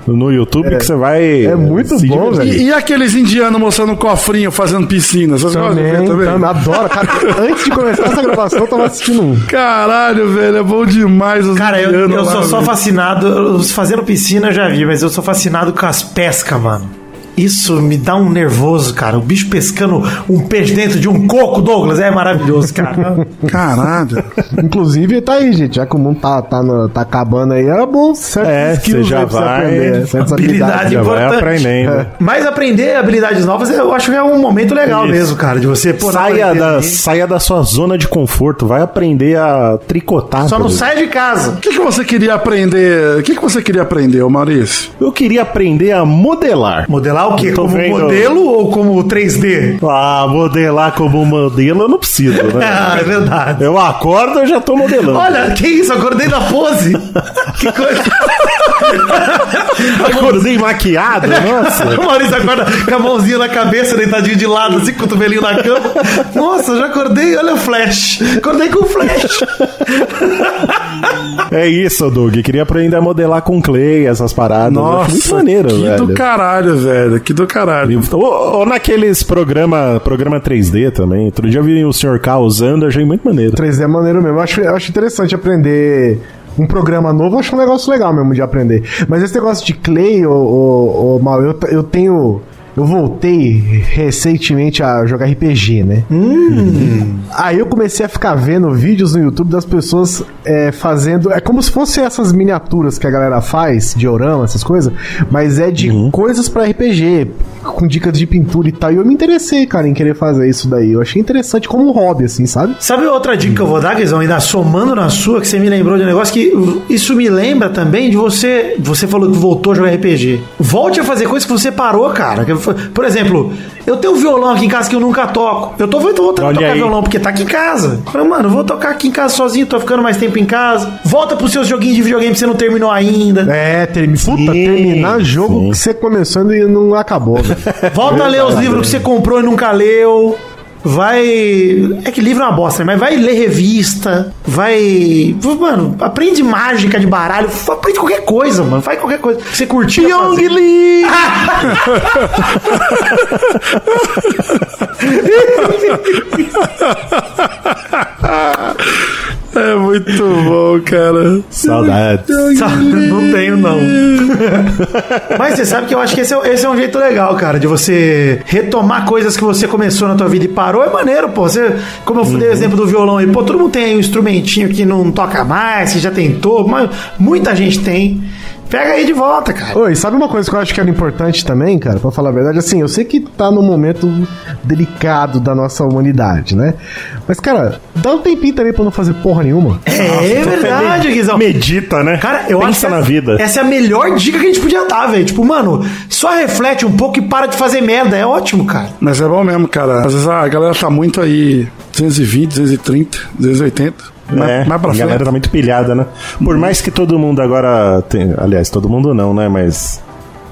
C: no YouTube que você vai.
D: é muito bom,
C: divertir.
D: velho.
E: E, e aqueles indianos mostrando cofrinho, fazendo piscina, essas coisas
D: Também,
E: né, também?
D: também. Adoro, cara. Antes de começar essa gravação, eu tava assistindo um.
E: Caralho, velho, é bom demais os
B: Cara, eu,
E: indianos
B: eu
E: lá,
B: sou só
E: velho.
B: fascinado. Os fazendo piscina eu já vi, mas eu sou fascinado com as pescas, mano. Isso me dá um nervoso, cara. O bicho pescando um peixe dentro de um coco, Douglas. É maravilhoso, cara.
E: Caralho.
D: *laughs* Inclusive, tá aí, gente. Já que o mundo tá, tá, no- tá acabando aí, era bom. Certos
C: É, você já
D: aí pra
C: vai-
B: Habilidade
D: certas habilidades.
C: Já vai
B: importante.
C: aprendendo.
B: Mas aprender habilidades novas, eu acho que é um momento legal
C: Isso.
B: mesmo, cara, de você pô, na
C: Saia
B: quarentena
C: da,
B: aí.
C: saia da sua zona de conforto, vai aprender a tricotar.
B: Só
C: por
B: não
C: exemplo.
B: sai de casa.
E: O que, que você queria aprender? O que, que você queria aprender, ô Maurício?
C: Eu queria aprender a modelar.
B: Modelar modelar o quê?
C: Tô
B: Como
C: vendo.
B: modelo ou como 3D?
C: Ah, modelar como modelo eu não preciso, né? *laughs*
B: Ah, é verdade.
C: Eu acordo, eu já tô modelando.
B: Olha, que isso, acordei da pose. Que coisa.
C: acordei maquiado, nossa.
B: O Maurício acorda com a mãozinha na cabeça, deitadinho de lado, assim, cotovelinho na cama. Nossa, já acordei, olha o flash. Acordei com o flash.
C: *laughs* É isso, Doug. Queria aprender a modelar com clay, essas paradas. Acho muito maneiro,
E: que
C: velho.
E: do caralho, velho. Que do caralho.
C: Ou, ou naqueles programa, programa 3D também. Outro dia eu vi o Sr. K usando, eu achei muito maneiro.
D: 3D é maneiro mesmo. Eu acho, eu acho interessante aprender um programa novo, eu acho um negócio legal mesmo de aprender. Mas esse negócio de clay, ô, ô, ô, Mal, eu, t- eu tenho. Eu voltei recentemente a jogar RPG, né? Aí eu comecei a ficar vendo vídeos no YouTube das pessoas é, fazendo. É como se fossem essas miniaturas que a galera faz, diorama, essas coisas, mas é de coisas pra RPG, com dicas de pintura e tal. E eu me interessei, cara, em querer fazer isso daí. Eu achei interessante como hobby, assim, sabe?
B: Sabe outra dica que eu vou dar, Guizão, ainda somando na sua, que você me lembrou de um negócio que uh, isso me lembra também de você. Você falou que voltou a jogar RPG. Volte a fazer coisas que você parou, cara. Que foi- Por exemplo, eu tenho um violão aqui em casa que eu nunca toco. Eu tô voltando a
C: Olha
B: tocar
C: aí.
B: violão porque tá aqui em casa. Eu Falei, mano, eu vou tocar aqui em casa sozinho, tô ficando mais tempo em casa. Volta pros seus joguinhos de videogame que você não terminou ainda.
D: É, termi...
C: Sim,
D: puta, terminar jogo
C: sim.
D: que você começou e não acabou,
C: *laughs*
D: velho.
B: Volta a ler os livros que você comprou e nunca leu. Vai. É que livro é uma bosta, né? Mas vai ler revista. Vai. Mano, aprende mágica de baralho. f- Aprende qualquer coisa, mano. Faz qualquer coisa. que Você curtiu. Pyong Lee!
E: É muito bom, cara.
C: Saudades.
B: Não tenho, não. *laughs* Mas você sabe que eu acho que esse é, esse é um jeito legal, cara, de você retomar coisas que você começou na tua vida e parou. É maneiro, pô. Você, como eu dei o exemplo do violão aí, pô, todo mundo tem aí um instrumentinho que não toca mais, que já tentou, mas muita gente tem. Pega aí de volta, cara.
D: Oi, sabe uma coisa que eu acho que era importante também, cara, pra falar a verdade? Assim, eu sei que tá num momento delicado da nossa humanidade, né? Mas, cara, dá um tempinho também pra não fazer porra nenhuma.
B: é verdade, Guizão.
C: Medita, né?
B: Cara, eu
C: Pensa
B: acho que
C: na
B: essa-
C: vida.
B: essa é a melhor dica que a gente podia dar, velho. Tipo, mano, só reflete um pouco e para de fazer merda. É ótimo, cara.
E: Mas é bom mesmo, cara. Às vezes a galera tá muito aí 220, 230, 280.
C: É,
E: mais, mais pra
C: a galera
E: frente.
C: tá muito pilhada, né? Por mais que todo mundo agora. tem- aliás, todo mundo não, né? Mas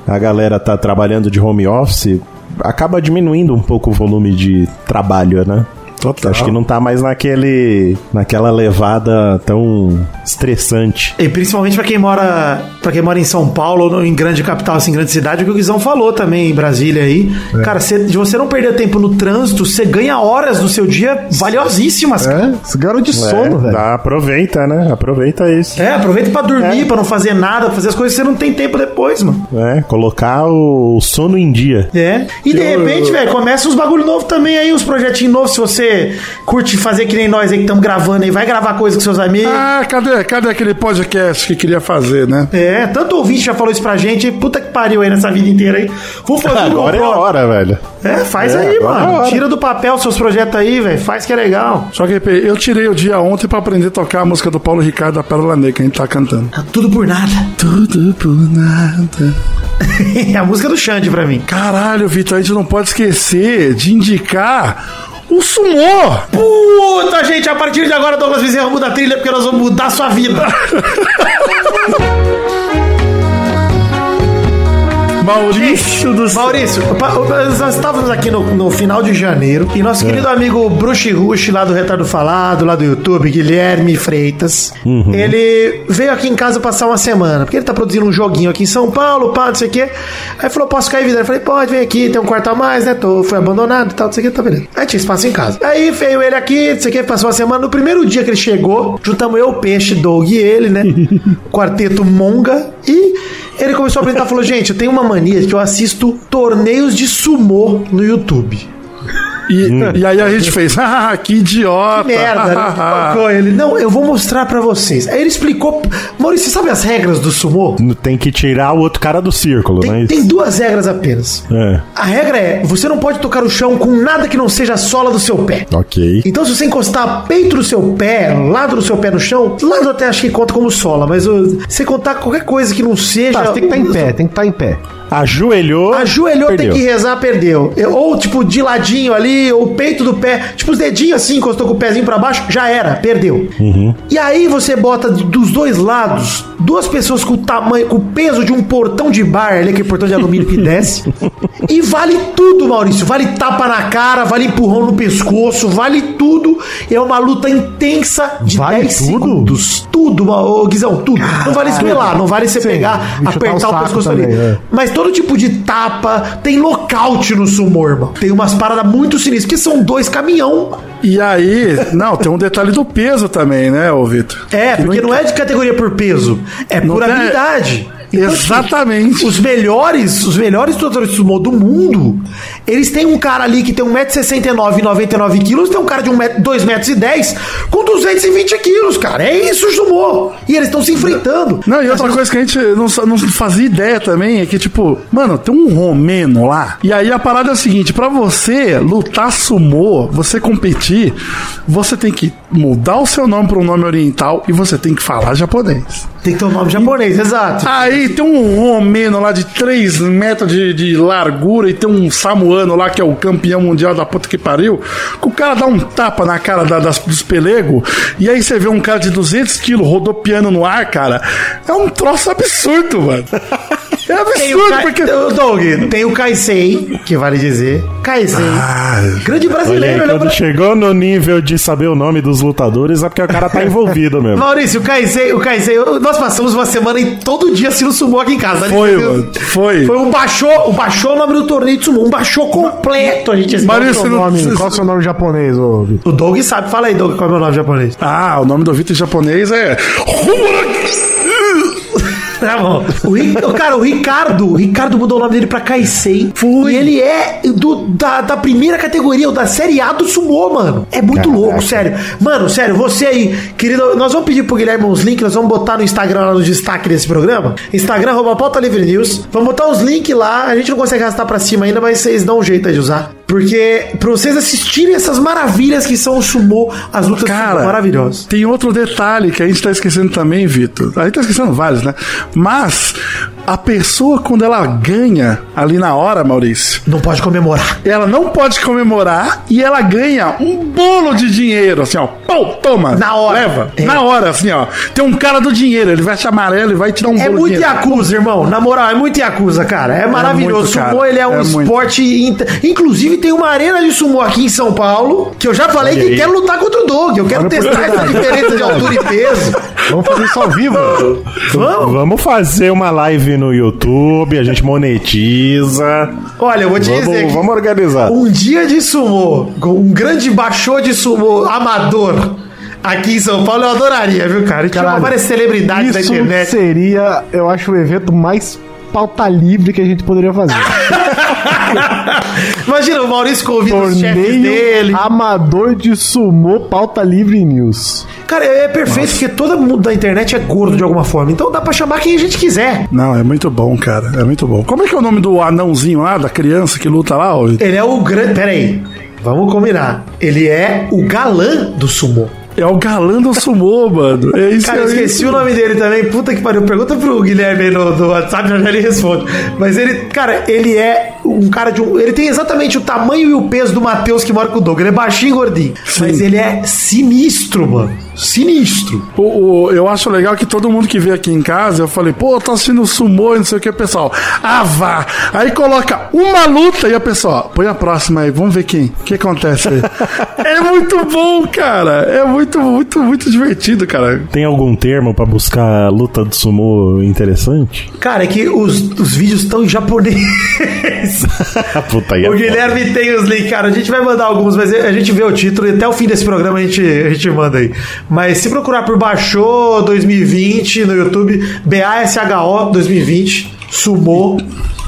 C: a galera tá trabalhando de home office, acaba diminuindo um pouco o volume de trabalho, né?
E: Total.
C: Acho que não tá mais naquele. naquela levada tão estressante.
B: E principalmente pra quem mora, para quem mora em São Paulo ou em grande capital, assim, grande cidade, o que o Guizão falou também em Brasília aí. Cara, cê- de você não perder tempo no trânsito, você ganha horas do seu dia valiosíssimas, cara.
D: É? Esse garoto de sono,
C: É,
D: velho.
C: dá- aproveita, né? Aproveita isso.
B: É, aproveita pra dormir, pra não fazer nada, pra fazer as coisas que você não tem tempo depois, mano.
C: É, colocar o sono em dia.
B: É. E de repente, velho, começa uns bagulho novo também aí, uns projetinhos novos. Se você curte fazer que nem nós aí que estamos gravando aí, vai gravar coisa com seus amigos.
E: Ah, cadê, cadê aquele podcast que queria fazer, né?
B: É, tanto ouvinte já falou isso pra gente, puta que pariu aí nessa vida inteira aí. Vou fazer um
C: Agora é a
B: GoPro.
C: hora, velho.
B: É, faz
C: É,
B: aí,
C: agora é a
B: mano.
C: hora.
B: Tira do papel seus projetos aí, velho. Faz que é legal.
E: Só que Pepe, eu tirei o dia ontem pra aprender a tocar a música do Paulo Ricardo da Pérola Negra, que a gente tá cantando.
B: Tudo por nada.
E: Tudo por nada.
B: *laughs* É a música do Xande pra mim.
E: Caralho, Vitor, a gente não pode esquecer de indicar o Sumô.
B: Puta, gente, a partir de agora, Douglas Bezerra muda a trilha porque nós vamos mudar a sua *laughs* vida.
E: Maurício do céu.
B: Maurício, pa- nós estávamos aqui no, no final de janeiro e nosso querido amigo Bruxi Rush, lá do Retardo Falado, lá do YouTube, Guilherme Freitas, ele veio aqui em casa passar uma semana, porque ele tá produzindo um joguinho aqui em São Paulo, pá, não sei o quê. Aí falou, posso cair vida? Eu falei, pode, vem aqui, tem um quarto a mais, né? Tô, fui abandonado e tal, não sei o que, tá beleza. Aí tinha espaço em casa. Aí veio ele aqui, não sei o que, passou uma semana. No primeiro dia que ele chegou, juntamos eu, o Peixe, Doug e ele, né? Quarteto Monga e... Ele começou a apresentar e falou: Gente, eu tenho uma mania que eu assisto torneios de sumô no YouTube.
E: E, e aí a gente fez, *laughs* ah, que idiota.
B: Merda,
E: *laughs*
B: né? Colocou ele. Não, eu vou mostrar pra vocês. Aí ele explicou. Maurício, você sabe as regras do sumô?
C: Tem que tirar o outro cara do círculo,
B: Tem,
C: mas.
B: tem duas regras apenas.
C: É.
B: A regra é: você não pode tocar o chão com nada que não seja a sola do seu pé.
C: Ok.
B: Então, se você encostar peito do seu pé, lado do seu pé no chão, lado até acho que conta como sola, mas uh, se você contar qualquer coisa que não seja.
D: Tá, você tem que estar em tá pé, tem que estar em pé.
C: Ajoelhou.
B: Ajoelhou,
C: perdeu.
B: tem que rezar, perdeu. Eu- Ou, tipo, de ladinho ali, ou o peito do pé, tipo, os dedinhos assim, encostou com o pezinho pra baixo, já era, perdeu. E aí você bota d- dos dois lados duas pessoas com o tamanho, com o peso de um portão de bar, ali, aquele portão de alumínio que desce. e vale tudo, Maurício. Vale tapa na cara, vale empurrão no pescoço, vale tudo. É uma luta intensa de
D: Vale
B: 10
D: tudo?
B: segundos. Tudo, Ma- ô, Guizão, tudo. não vale esmelar, não vale você
D: Sim,
B: pegar,
D: e chutar
B: apertar
D: o
B: o,
D: saco
B: pescoço ali.
D: também, é.
B: Mas todo tipo de tapa, tem nocaute no sumo, irmão. Tem umas paradas muito sinistras, que são dois caminhão.
E: E aí, não, tem um detalhe do peso também, né, ô Vitor?
B: É,
E: Que
B: porque não é de categoria por peso, é por
E: tem-
B: habilidade. Então, tipo,
E: Exatamente.
B: os melhores, os melhores lutadores de sumô do mundo, eles têm um cara ali que tem 1,69m e 99kg, tem um cara de 2,10m com 220kg, cara. É isso, sumô. E eles estão se enfrentando.
E: Não, e outra coisa que a gente não, sa- não fazia ideia também é que, tipo, mano, tem um romeno lá. E aí a parada é a seguinte: pra você lutar sumô, você competir, você tem que mudar o seu nome pra um nome oriental e você tem que falar japonês.
B: Tem que ter um nome japonês, exato.
E: Aí tem um romeno lá de 3 metros de, de largura e tem um samuano lá que é o campeão mundial da puta que pariu. Que o cara dá um tapa na cara da- das, dos pelegos e aí você vê um cara de 200 quilos rodopiando no ar, cara. É um troço absurdo, mano. É
B: Tem o
E: absurdo,
B: Kai-
E: porque.
B: Ô, Doug, tem o Kaisei, que vale dizer. Kaisei.
E: Ah,
B: grande
C: Ah, Olha aí,
B: brasileiro,
C: quando
B: né?
C: chegou no nível de saber o nome dos lutadores, é porque o
D: *laughs*
C: cara tá envolvido mesmo.
B: Maurício, o Kaisei, o Kaisei, eu- nós passamos uma semana e todo dia se nos sumou aqui em casa.
E: Foi,
B: Ele-
E: mano. Foi.
B: Foi um baixou, um baixou o nome do torneio de sumô, um baixou completo, a gente assim.
E: Maurício,
D: Qual o seu
E: não-
D: nome- Qual é o seu nome japonês, ô Vitor?
B: O Doug sabe, fala aí, Doug, qual é o meu nome japonês?
E: Ah, o nome do Vitor em japonês é.
B: Tá bom. O Ri- o cara, o Ricardo, o Ricardo mudou o nome dele pra Kaisei. Foi. E ele é do, da, da primeira categoria, ou da Série A do Sumô, mano. É muito louco, sério. Mano, sério, você aí, querido, nós vamos pedir pro Guilherme uns links, nós vamos botar no Instagram, lá no destaque desse programa. Instagram, arroba pauta livre news. Vamos botar os links lá, a gente não consegue arrastar pra cima ainda, mas vocês dão um jeito aí de usar. Porque, pra vocês assistirem essas maravilhas que são o Sumô, as lutas do
E: Cara,
B: sumô maravilhosas.
E: Tem outro detalhe que a gente tá esquecendo também, Vitor. A gente tá esquecendo vários, né? Mas a pessoa, quando ela ganha ali na hora, Maurício,
B: Não pode comemorar.
E: ela não pode comemorar e ela ganha um bolo de dinheiro, assim, ó. Pô, toma!
B: Na hora.
E: Leva!
B: É.
E: Na hora, assim, ó. Tem um cara do dinheiro, ele veste amarelo e vai tirar um
B: É
E: bolo de
B: muito
E: dinheiro.
B: Yakuza, irmão. Na moral, é muito Yakuza, cara. É maravilhoso.
E: muito,
B: sumô,
E: cara.
B: ele é um
E: É muito.
B: esporte. inte- Inclusive, tem uma arena de sumô aqui em São Paulo. Que eu já falei que quero lutar contra o Doug. Eu quero testar essa diferença de altura e peso.
D: Vamos fazer isso ao vivo.
B: Vamos?
C: Vamos fazer uma live no YouTube, a gente monetiza.
B: Olha, eu vou te dizer.
C: Vamos,
B: que
C: vamos organizar.
B: Um dia de sumô, com um grande baixô de sumô amador aqui em São Paulo, eu adoraria, viu, cara? A gente chama
D: Caralho.
B: várias celebridades da
D: Isso
B: internet.
D: seria, eu acho, o evento mais pauta livre que a gente
B: *laughs*
D: poderia fazer.
B: Imagina, o Maurício convida os chefes
D: Torneio
B: dele.
D: Amador de Sumô Pauta Livre News.
B: Cara, é perfeito, porque todo mundo da internet é gordo de alguma forma. Então dá pra chamar quem a gente quiser.
E: Não, é muito bom, cara. É muito bom. Como é que é o nome do anãozinho lá, da criança que luta lá, ó?
B: Ele é o grande. Pera aí. Vamos combinar. Ele é o galã do sumô.
E: É o galã do sumô, mano. É isso
B: Cara, eu
E: aí.
B: esqueci o nome dele também. Puta que pariu. Pergunta pro Guilherme aí no, no WhatsApp, já já ele responde. Mas ele, cara, ele é um cara de um. Ele tem exatamente o tamanho e o peso do Matheus que mora com o Doug. Ele é baixinho e gordinho. Mas ele é sinistro, mano. Sinistro.
E: O- o- eu acho legal que todo mundo que veio aqui em casa, eu falei, pô, tá assistindo sumô e não sei o que, pessoal. Ah, vá! Aí coloca uma luta e a pessoa, põe a próxima aí, vamos ver quem. O que acontece *laughs* aí? é muito bom, cara! É muito, muito, muito divertido, cara.
C: Tem algum termo pra buscar luta do sumô *laughs* interessante?
B: Cara, é que os, os vídeos estão em japonês.
C: Puta, aí é
B: O
C: foda.
B: Guilherme tem os links, cara. A gente vai mandar alguns, mas a gente vê o título e até o fim desse programa a gente, a gente manda aí. Mas se procurar por Baixô 2020 no YouTube, B-A-S-H-O 2020, Sumô.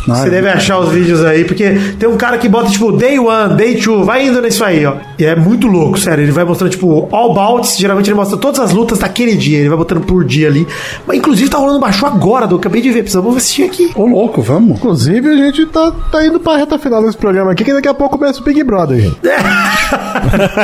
B: Você deve achar os vídeos aí, porque tem um cara que bota tipo day one, day two, vai indo nisso aí, ó. E é muito louco, sério. Ele vai mostrando tipo all bouts, geralmente ele mostra todas as lutas daquele dia, ele vai botando por dia ali. Mas inclusive tá rolando baixo agora, do acabei de ver, precisamos assistir aqui.
E: Ô, louco, vamos.
D: Inclusive, a gente tá, tá indo pra reta final desse programa aqui, que daqui a pouco começa o Big Brother, gente.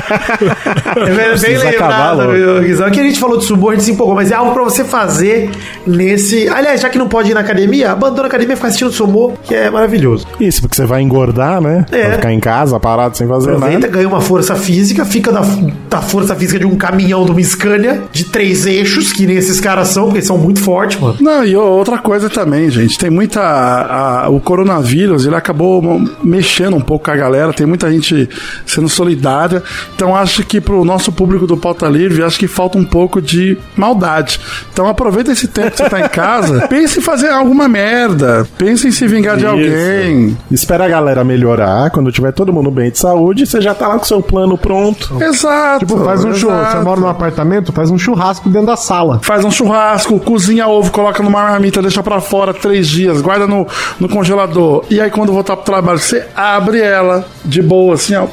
B: É bem, bem
C: Precisa acabar
B: lembrado,
C: logo.
B: meu Guizão. Que a gente falou de sumô, a gente se empolgou, mas é algo pra você fazer nesse. Aliás, já que não pode ir na academia, abandona a academia, fica assistindo sumô, bom
C: Tá
B: que é maravilhoso.
C: Isso, porque você vai engordar, né?
B: É.
C: Vai ficar em casa, parado, sem fazer
B: Aproveita,
C: nada.
B: ganha uma força física, fica da, da força física de um caminhão de uma Scania, de três eixos, que nem esses caras são, porque eles são muito fortes, mano.
E: Não, e o- outra coisa também, gente, tem muita. a- o coronavírus, ele acabou mo- mexendo um pouco com a galera, tem muita gente sendo solidária. Então, acho que pro nosso público do Pauta Livre, acho que falta um pouco de maldade. Então, aproveita esse tempo que você tá
D: *laughs*
E: em casa, pense em fazer alguma merda, pense em se vingar de
C: Isso.
E: alguém.
C: Espera a galera melhorar. Quando tiver todo mundo bem de saúde, você já tá lá com seu plano pronto.
E: Exato.
D: Tipo, faz um churrasco. Você
E: exato.
D: mora num apartamento, faz um churrasco dentro da sala.
E: Faz um churrasco, cozinha ovo, coloca numa marmita, deixa pra fora três dias, guarda no, no congelador. E aí, quando voltar pro trabalho, você abre ela de boa, assim, ó.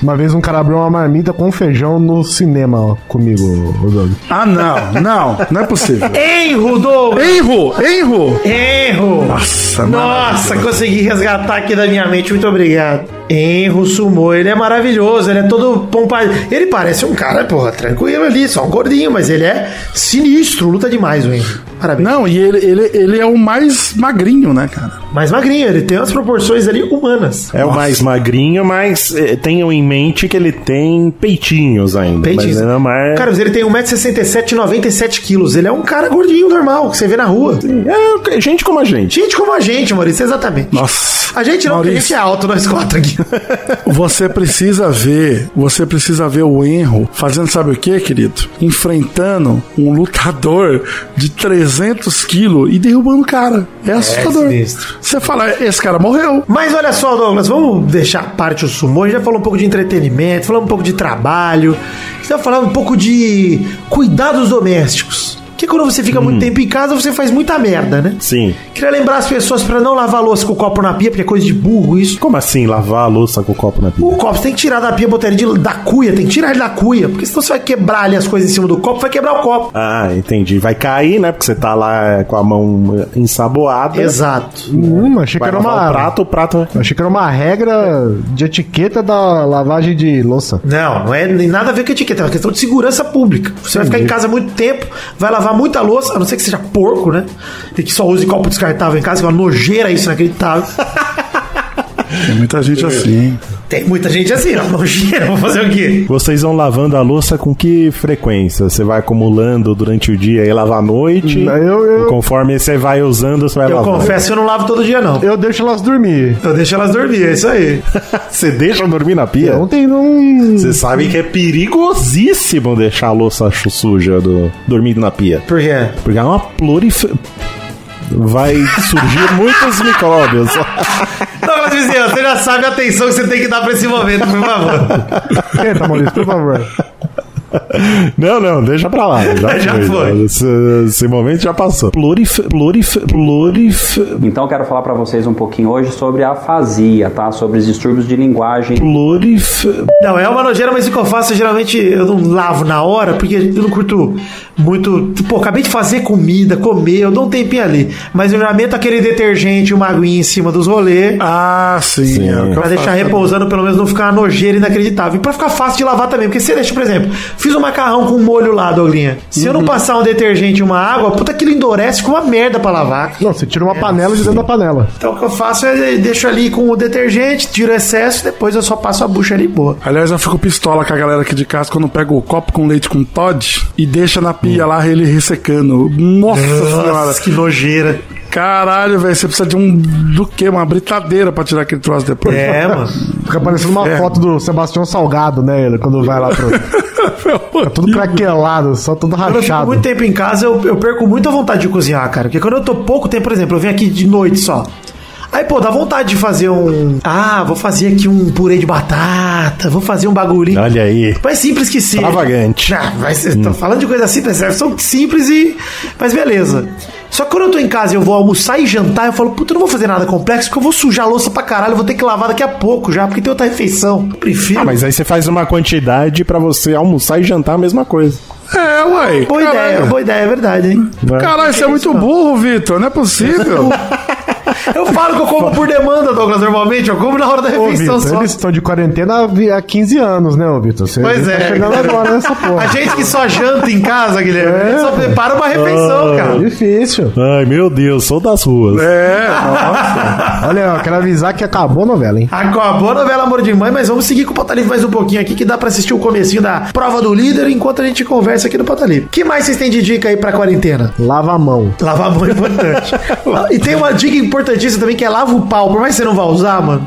D: Uma vez um cara abriu uma marmita com feijão no cinema ó, comigo, Rodolfo.
E: Ah, não, não, não é possível.
B: Erro, Douglas!
E: Erro, erro.
B: Erro!
E: Nossa,
B: Nossa, consegui resgatar aqui da minha mente, muito obrigado. Enro Sumô, ele é maravilhoso, ele é todo pompadinho. Ele parece um cara, porra, tranquilo ali, só um gordinho, mas ele é sinistro, luta demais o Enro. Parabéns.
E: Não, e ele, ele, ele é o mais magrinho, né, cara?
B: Mas magrinho, ele tem umas proporções ali humanas.
C: É o mais magrinho, mas eh, tenham em mente que ele tem peitinhos ainda.
B: Peitinhos.
C: Mas, não, é mas...
B: Cara, mas ele tem 1,67m, 97kg. Ele é um cara gordinho normal, que você vê na rua.
C: É, gente como a gente.
B: Gente como a gente, Maurício, exatamente.
E: Nossa.
B: A gente não, porque a gente é alto, nós quatro aqui.
C: *laughs*
E: Você precisa ver, você precisa ver o erro fazendo sabe o que, querido? Enfrentando um lutador de 300 quilos e derrubando o cara. É assustador.
B: sinistro.
E: Você fala, esse cara morreu.
B: Mas olha só, Douglas, vamos deixar à parte o sumô. A gente já falou um pouco de entretenimento, falamos um pouco de trabalho, já falando um pouco de cuidados domésticos. Porque quando você fica
C: Hum.
B: muito tempo em casa, você faz muita merda, né?
C: Sim.
B: Queria lembrar as pessoas pra não lavar louça com o copo na pia, porque é coisa de burro isso.
C: Como assim lavar a louça com o copo na pia?
B: O copo você tem que tirar da pia, botar ele de- da cuia, tem que tirar ele da cuia, porque senão você vai quebrar ali as coisas em cima do copo, vai quebrar o copo.
C: Ah, entendi. Vai cair, né? Porque você tá lá com a mão eh, ensaboada.
B: Exato.
D: Hum, achei que
C: Vai
D: era
C: lavar
D: uma.
C: o prato, o prato...
D: Achei que era uma regra de etiqueta da lavagem de louça.
B: Não, não é nem nada a ver com etiqueta, é uma questão de segurança pública. Você vai ficar em casa muito tempo, vai lavar muita louça, a não ser que seja porco, né? E que só use copo descartável em casa, que é uma nojeira isso inacreditável.
E: Tem muita gente assim.
B: *laughs* Tem muita gente assim, ó, nojeira, vou fazer o quê?
C: Vocês vão lavando a louça com que frequência? Você vai acumulando durante o dia e lava à noite?
D: Não, eu- eu-
C: E Conforme você vai usando, você vai
B: Eu
C: lavando.
B: confesso que eu não lavo todo dia, não.
D: Eu deixo elas dormir.
B: Eu deixo elas dormir, é isso aí.
C: Você deixa dormir na pia?
D: Então tem um.
C: Você sabe que é perigosíssimo deixar a louça chu- suja do, dormindo na pia.
B: Por quê?
C: Porque é uma plurif... Vai *laughs* surgir muitos micróbios.
B: Douglas Vizinho, você já sabe a atenção que você tem que dar pra esse momento, por favor.
D: Tenta, Maurício, por favor.
C: Não, não, deixa pra lá. *laughs* Já,
B: Já foi.
C: foi. Esse, esse momento já passou. Plurif... Plurif... Plurif...
H: Então eu quero falar pra vocês um pouquinho hoje sobre a afasia, tá? Sobre os distúrbios de linguagem.
C: Plurif...
B: Não, é uma nojeira, mas o que eu faço, geralmente eu não lavo na hora, porque eu não curto muito. tipo, Pô, acabei de fazer comida, comer, eu dou um tempinho ali. Mas eu já meto aquele detergente, uma aguinha em cima dos rolês.
E: Ah, sim. é o que eu
B: Pra deixar
E: faço.
B: repousando, pelo menos não ficar uma nojeira inacreditável. E pra ficar fácil de lavar também. Porque você deixa, por exemplo, fiz um macarrão com molho lá, Douglinha. Se
E: Uhum.
B: eu não passar um detergente e uma água, puta, aquilo endurece com uma merda pra lavar.
D: Não, você tira uma panela de dentro da panela.
B: Então o que eu faço é deixo ali com o detergente, tiro o excesso, depois eu só passo a bucha ali, boa.
E: Aliás, eu fico pistola com a galera aqui de casa quando pega o copo com leite com Todd e deixa na pia lá ele ressecando. Hum. Nossa, senhora.
B: que nojeira.
E: Caralho, velho, você precisa de um. do quê? Uma britadeira pra tirar aquele troço
C: *laughs*
E: depois.
B: É, mano.
D: Fica parecendo uma
E: É.
D: foto do Sebastião Salgado, né? Ele, quando vai lá pro. Tá tudo craquelado, só tudo
B: Quando eu fico
D: rachado.
B: muito tempo em casa, eu, eu perco muita vontade de cozinhar, cara. Porque quando eu tô pouco tempo, por exemplo, eu venho aqui de noite só. Aí, pô, dá vontade de fazer um. Ah, vou fazer aqui um purê de batata, vou fazer um bagulhinho.
C: Olha aí. Hum.
B: Mas é simples que sim.
E: *laughs*
C: Extravagante.
B: Ah, mas eu tô falando de coisa simples, né? são simples e. Mas beleza. Só que quando eu tô em casa e eu vou almoçar e jantar, eu falo, puta, eu não vou fazer nada complexo, porque eu vou sujar a louça pra caralho, eu vou ter que lavar daqui a pouco já, porque tem outra refeição. Eu prefiro.
C: Ah, mas aí você faz uma quantidade pra você almoçar e jantar a mesma coisa.
E: É, uai.
B: Boa ideia,
E: caralho.
B: boa ideia, é verdade, hein?
C: né?
D: *laughs*
E: Caralho, você é muito burro, Vitor. Não é possível.
B: Eu Eu falo que eu como por demanda, Douglas, normalmente. Eu como na hora da
D: Ô,
B: refeição
D: Vitor,
B: só.
D: eles estão de quarentena há vi- há 15 anos, né, ô Vitor? Você
B: Pois
D: tá
B: é.
D: chegando
B: *laughs*
D: agora nessa
B: A
D: *laughs* porra.
B: gente que só janta em casa, Guilherme, a gente só
D: É.
B: prepara uma
D: Ah.
B: refeição, cara.
D: Difícil.
C: Ai, meu Deus, sou das
E: É.
C: ruas.
D: É. Olha, eu quero avisar que acabou a novela, hein?
B: Acabou a novela Amor de Mãe, mas vamos seguir com o Pauta Livre mais um pouquinho aqui, que dá pra assistir o comecinho da prova do líder enquanto a gente conversa aqui no Pauta Livre. que mais vocês têm de dica aí pra quarentena?
D: Lava a mão.
B: Lavar a mão é
D: *laughs*
B: importante. Ah, e tem uma dica importantíssima também que é lava o pau. Por mais que você não vá usar,
D: *laughs*
B: mano.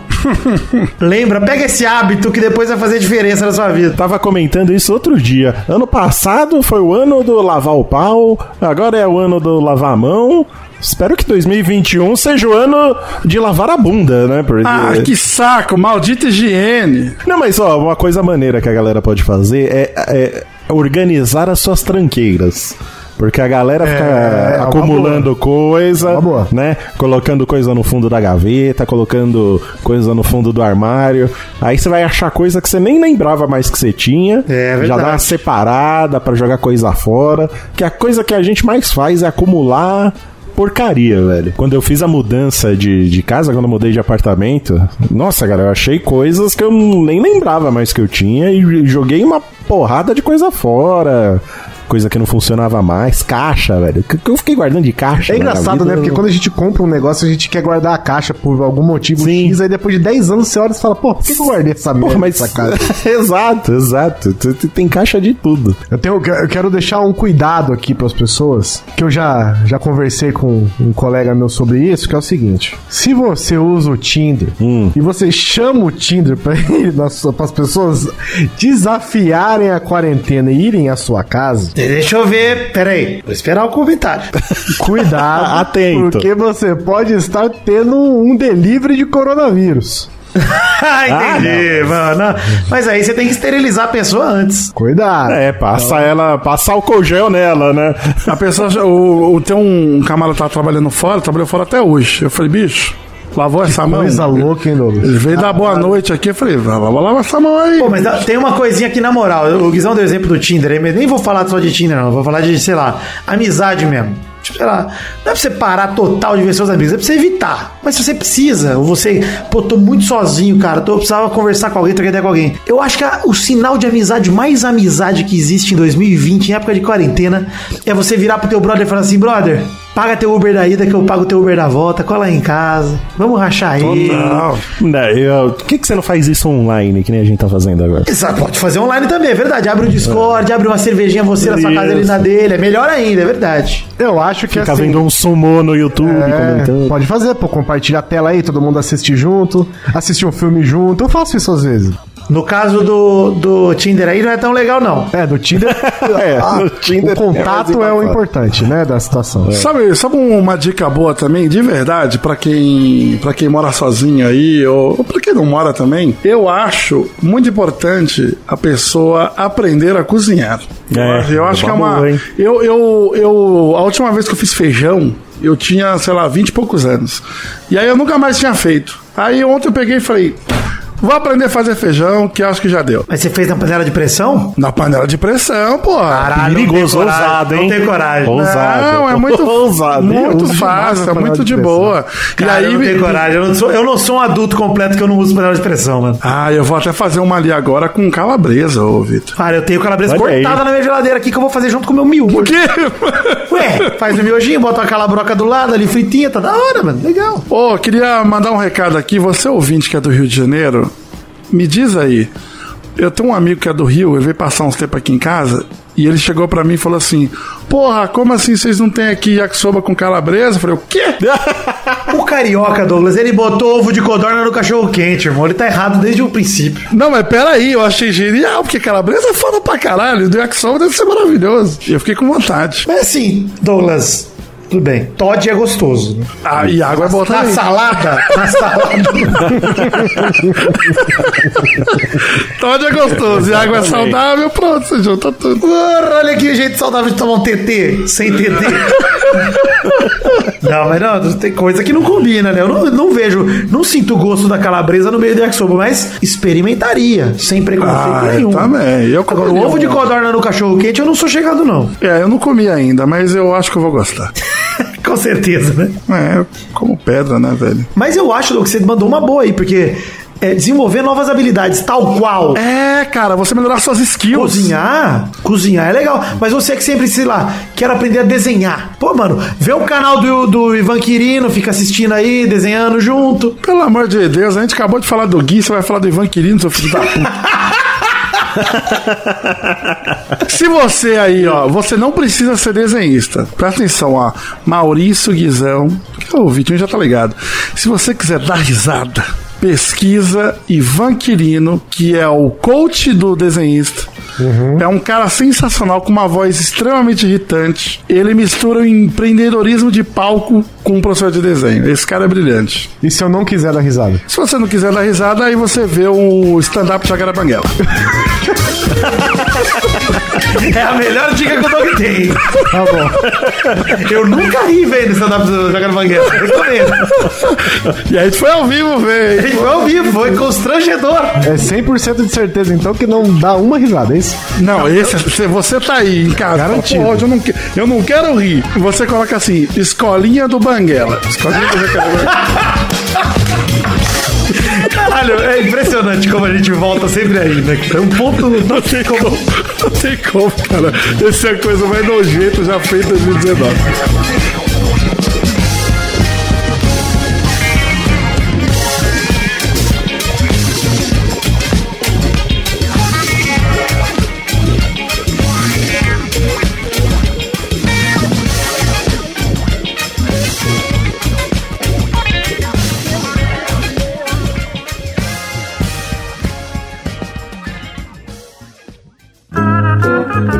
B: Lembra, pega esse hábito que depois vai fazer diferença na sua vida.
C: Tava comentando isso outro dia. Ano passado foi o ano do lavar o pau, agora é o ano do lavar a mão. Espero que 2021 seja o ano de lavar a bunda, né? Porque...
E: Ah, que saco, maldita higiene.
C: Não, mas ó, uma coisa maneira que a galera pode fazer é, é organizar as suas tranqueiras. Porque a galera fica
D: É, uma É
C: acumulando coisa,
D: Uma boa.
C: né? Colocando coisa no fundo da gaveta, colocando coisa no fundo do armário. Aí você vai achar coisa que você nem lembrava mais que você tinha.
B: É
C: já
B: verdade.
C: dá uma separada pra jogar coisa fora. Que a coisa que a gente mais faz é acumular porcaria, velho. Quando eu fiz a mudança de, de casa, quando eu mudei de apartamento, nossa, cara, eu achei coisas que eu nem lembrava mais que eu tinha e joguei uma porrada de coisa fora. Coisa que não funcionava mais, caixa, velho. Que que eu fiquei guardando de caixa.
D: É
C: na
D: engraçado,
C: vida,
D: né? Porque
C: eu-
D: quando a gente compra um negócio, a gente quer guardar a caixa por algum motivo
C: Sim.
D: X, aí depois de 10 anos você olha e fala, pô, por que que eu guardei essa merda,
C: Porra, mas...
D: essa caixa?
C: *laughs* exato, exato. Tu- tu- Tem caixa de tudo.
D: Eu, tenho, eu quero deixar um cuidado aqui para as pessoas, que eu já, já conversei com um colega meu sobre isso, que é o seguinte: se você usa o Tinder
C: Hum.
D: e você chama o Tinder para *laughs* as pessoas desafiarem a quarentena e irem à sua casa,
B: Deixa eu ver. Peraí, vou esperar o comentário.
D: cuidado,
C: *laughs* Atento.
D: porque você pode estar tendo um delivery de coronavírus.
B: *laughs* ah, entendi, mano. Mas aí você tem que esterilizar a pessoa antes.
D: Cuidado.
C: É,
D: Então-
C: passa ela, passa álcool gel nela, né?
E: A pessoa, já- o, o- tem um camarada que tava trabalhando fora, trabalhou fora até hoje. Eu falei, bicho, lavou essa mão.
D: Coisa louca, hein, Douglas?
E: Ele veio dar boa noite aqui, eu falei, vai lavar lavar essa mão aí.
B: Pô, mas dá- tem uma coisinha aqui na moral. O Guizão deu exemplo do Tinder, aí, mas nem vou falar só de Tinder, não. Vou falar de, sei lá, amizade mesmo. Tipo, sei lá, não é pra você parar total de ver seus amigos, é pra você evitar. Mas se você precisa, ou você, pô, tô muito sozinho, cara, tô, eu precisava conversar com alguém, trocar ideia com alguém. Eu acho que a- o sinal de amizade, mais amizade que existe em 2020, em época de quarentena, é você virar pro teu brother e falar assim, brother, paga teu Uber da ida que eu pago teu Uber da volta, cola aí em casa, vamos rachar aí.
C: Não, Né, eu- Por que, que você não faz isso online, que nem a gente tá fazendo agora?
B: Exato, pode fazer online também, é verdade. Abre o Discord,
C: É.
B: abre uma cervejinha você na sua casa ele na dele. É melhor ainda, é verdade.
D: Eu acho que
C: Fica
D: assim,
C: vendo um sumô no YouTube
D: É,
C: comentando.
D: pode fazer, pô, compartilha a tela aí, todo mundo assiste junto, assiste um filme junto. Eu faço isso às vezes.
B: No caso do, do Tinder aí, não é tão legal, não.
D: É, do Tinder.
C: *laughs* É,
D: Ah,
C: no Tinder
D: o contato
C: é
D: é,
C: mais
D: o
C: engraçado.
D: importante, né, da situação.
C: É.
E: Sabe, sabe um- uma dica boa também, de verdade, pra quem para quem mora sozinho aí ou, ou para quem não mora também? Eu acho muito importante a pessoa aprender a cozinhar.
C: É,
E: eu acho que é
C: vamos,
E: uma
C: hein?
E: eu, eu, eu a última vez que eu fiz feijão, eu tinha, sei lá, 20 e poucos anos. E aí eu nunca mais tinha feito. Aí ontem eu peguei e falei: "Vou aprender a fazer feijão, que eu acho que já deu".
B: Mas você fez na panela de pressão?
E: Na panela de pressão, porra.
B: Caralho,
C: Perigoso,
B: não tem coragem,
C: ousado, hein?
B: Não tem coragem.
C: Ousado.
E: Não,
B: *laughs*
E: é
C: *laughs*
E: muito,
C: ousado.
E: muito
D: uso
E: fácil,
D: demais a
E: é muito
D: panela
E: de
D: de
E: boa.
B: Cara, eu não tenho coragem. Eu não, sou, eu não sou um adulto completo que eu não uso panela de pressão, mano.
E: Ah, eu vou até fazer uma ali agora com calabresa, ô Vitor.
B: Cara, eu tenho calabresa
C: Olha aí.
B: cortada na minha geladeira aqui que eu vou fazer junto com o meu miúdo.
E: O quê?
B: Ué, faz o miojinho, bota uma calabroca do lado ali, fritinha, tá da hora, mano. Legal.
E: Ô, queria mandar um recado aqui. Você ouvinte que é do Rio de Janeiro, me diz aí. Eu tenho um amigo que é do Rio, ele veio passar uns tempos aqui em casa e ele chegou pra mim e falou assim: Porra, como assim vocês não têm aqui yakisoba com calabresa? Eu falei: O
B: *laughs*
E: quê?
B: O carioca, Douglas, ele botou ovo de codorna no cachorro quente, irmão. Ele tá errado desde o princípio.
E: Não, mas peraí, eu achei genial, porque calabresa é foda pra caralho. Do yakisoba deve ser maravilhoso. E eu fiquei com vontade.
B: Mas assim, Douglas, tudo bem. Todd é gostoso. né?
E: Ah, e água é boa
B: Na
E: também.
B: salada, na salada.
E: Todd é gostoso, e água é saudável, pronto, você junta tudo.
B: *laughs* Porra, olha que jeito saudável de tomar um TT sem TT. *laughs* Não, mas não, tem coisa que não combina, né? Eu não, não vejo, não sinto o gosto da calabresa no meio do yakisoba, mas experimentaria, sem preconceito
E: Ah, eu
B: nenhum.
E: também. Eu
B: Agora, o
E: comeria
B: ovo de
E: um.
B: codorna no cachorro quente, eu não sou chegado, não.
E: É, eu não comi ainda, mas eu acho que eu vou gostar.
B: com certeza, né?
E: É, como pedra, né, velho?
B: Mas eu acho, Doug, que você mandou uma boa aí, porque é desenvolver novas habilidades, tal qual.
E: É, cara, você melhorar suas skills.
B: Cozinhar? Cozinhar é legal. Mas você que sempre, sei lá, quer aprender a desenhar. Pô, mano, vê o canal do, do Ivan Quirino, fica assistindo aí, desenhando junto.
E: Pelo amor de Deus, a gente acabou de falar do Gui, você vai falar do Ivan Quirino, seu filho da puta. Se você aí, ó, você não precisa ser desenhista. Presta atenção, ó. Maurício Guizão, que é o Vitinho já tá ligado. Se você quiser dar risada, pesquisa Ivan Quirino, que é o coach do desenhista. É um cara sensacional com uma voz extremamente irritante. Ele mistura o empreendedorismo de palco com um professor de desenho. Esse cara é brilhante.
D: E se eu não quiser dar risada?
E: Se você não quiser dar risada, aí você vê o stand-up Jagara Banguela.
B: É a melhor dica que o Doug tem.
D: Tá bom.
B: *laughs* Eu nunca ri vendo stand-up do Jogando Mangueira. Recomendo.
E: E aí foi ao vivo, velho.
B: Foi ao vivo, foi constrangedor.
D: É 100% de certeza, então, que não dá uma risada, é isso?
E: Não, esse, se você tá aí em casa.
D: Garantido.
E: fala, "Pô, hoje eu, não, que- eu não quero rir. Você coloca assim, escolinha do Banguela. Escolinha do Banguela.
B: Caralho, é impressionante como a gente volta sempre aí, né? É um ponto.
E: Não tem como. Não tem como, cara. Essa é a coisa mais nojenta já feita em 2019.
I: O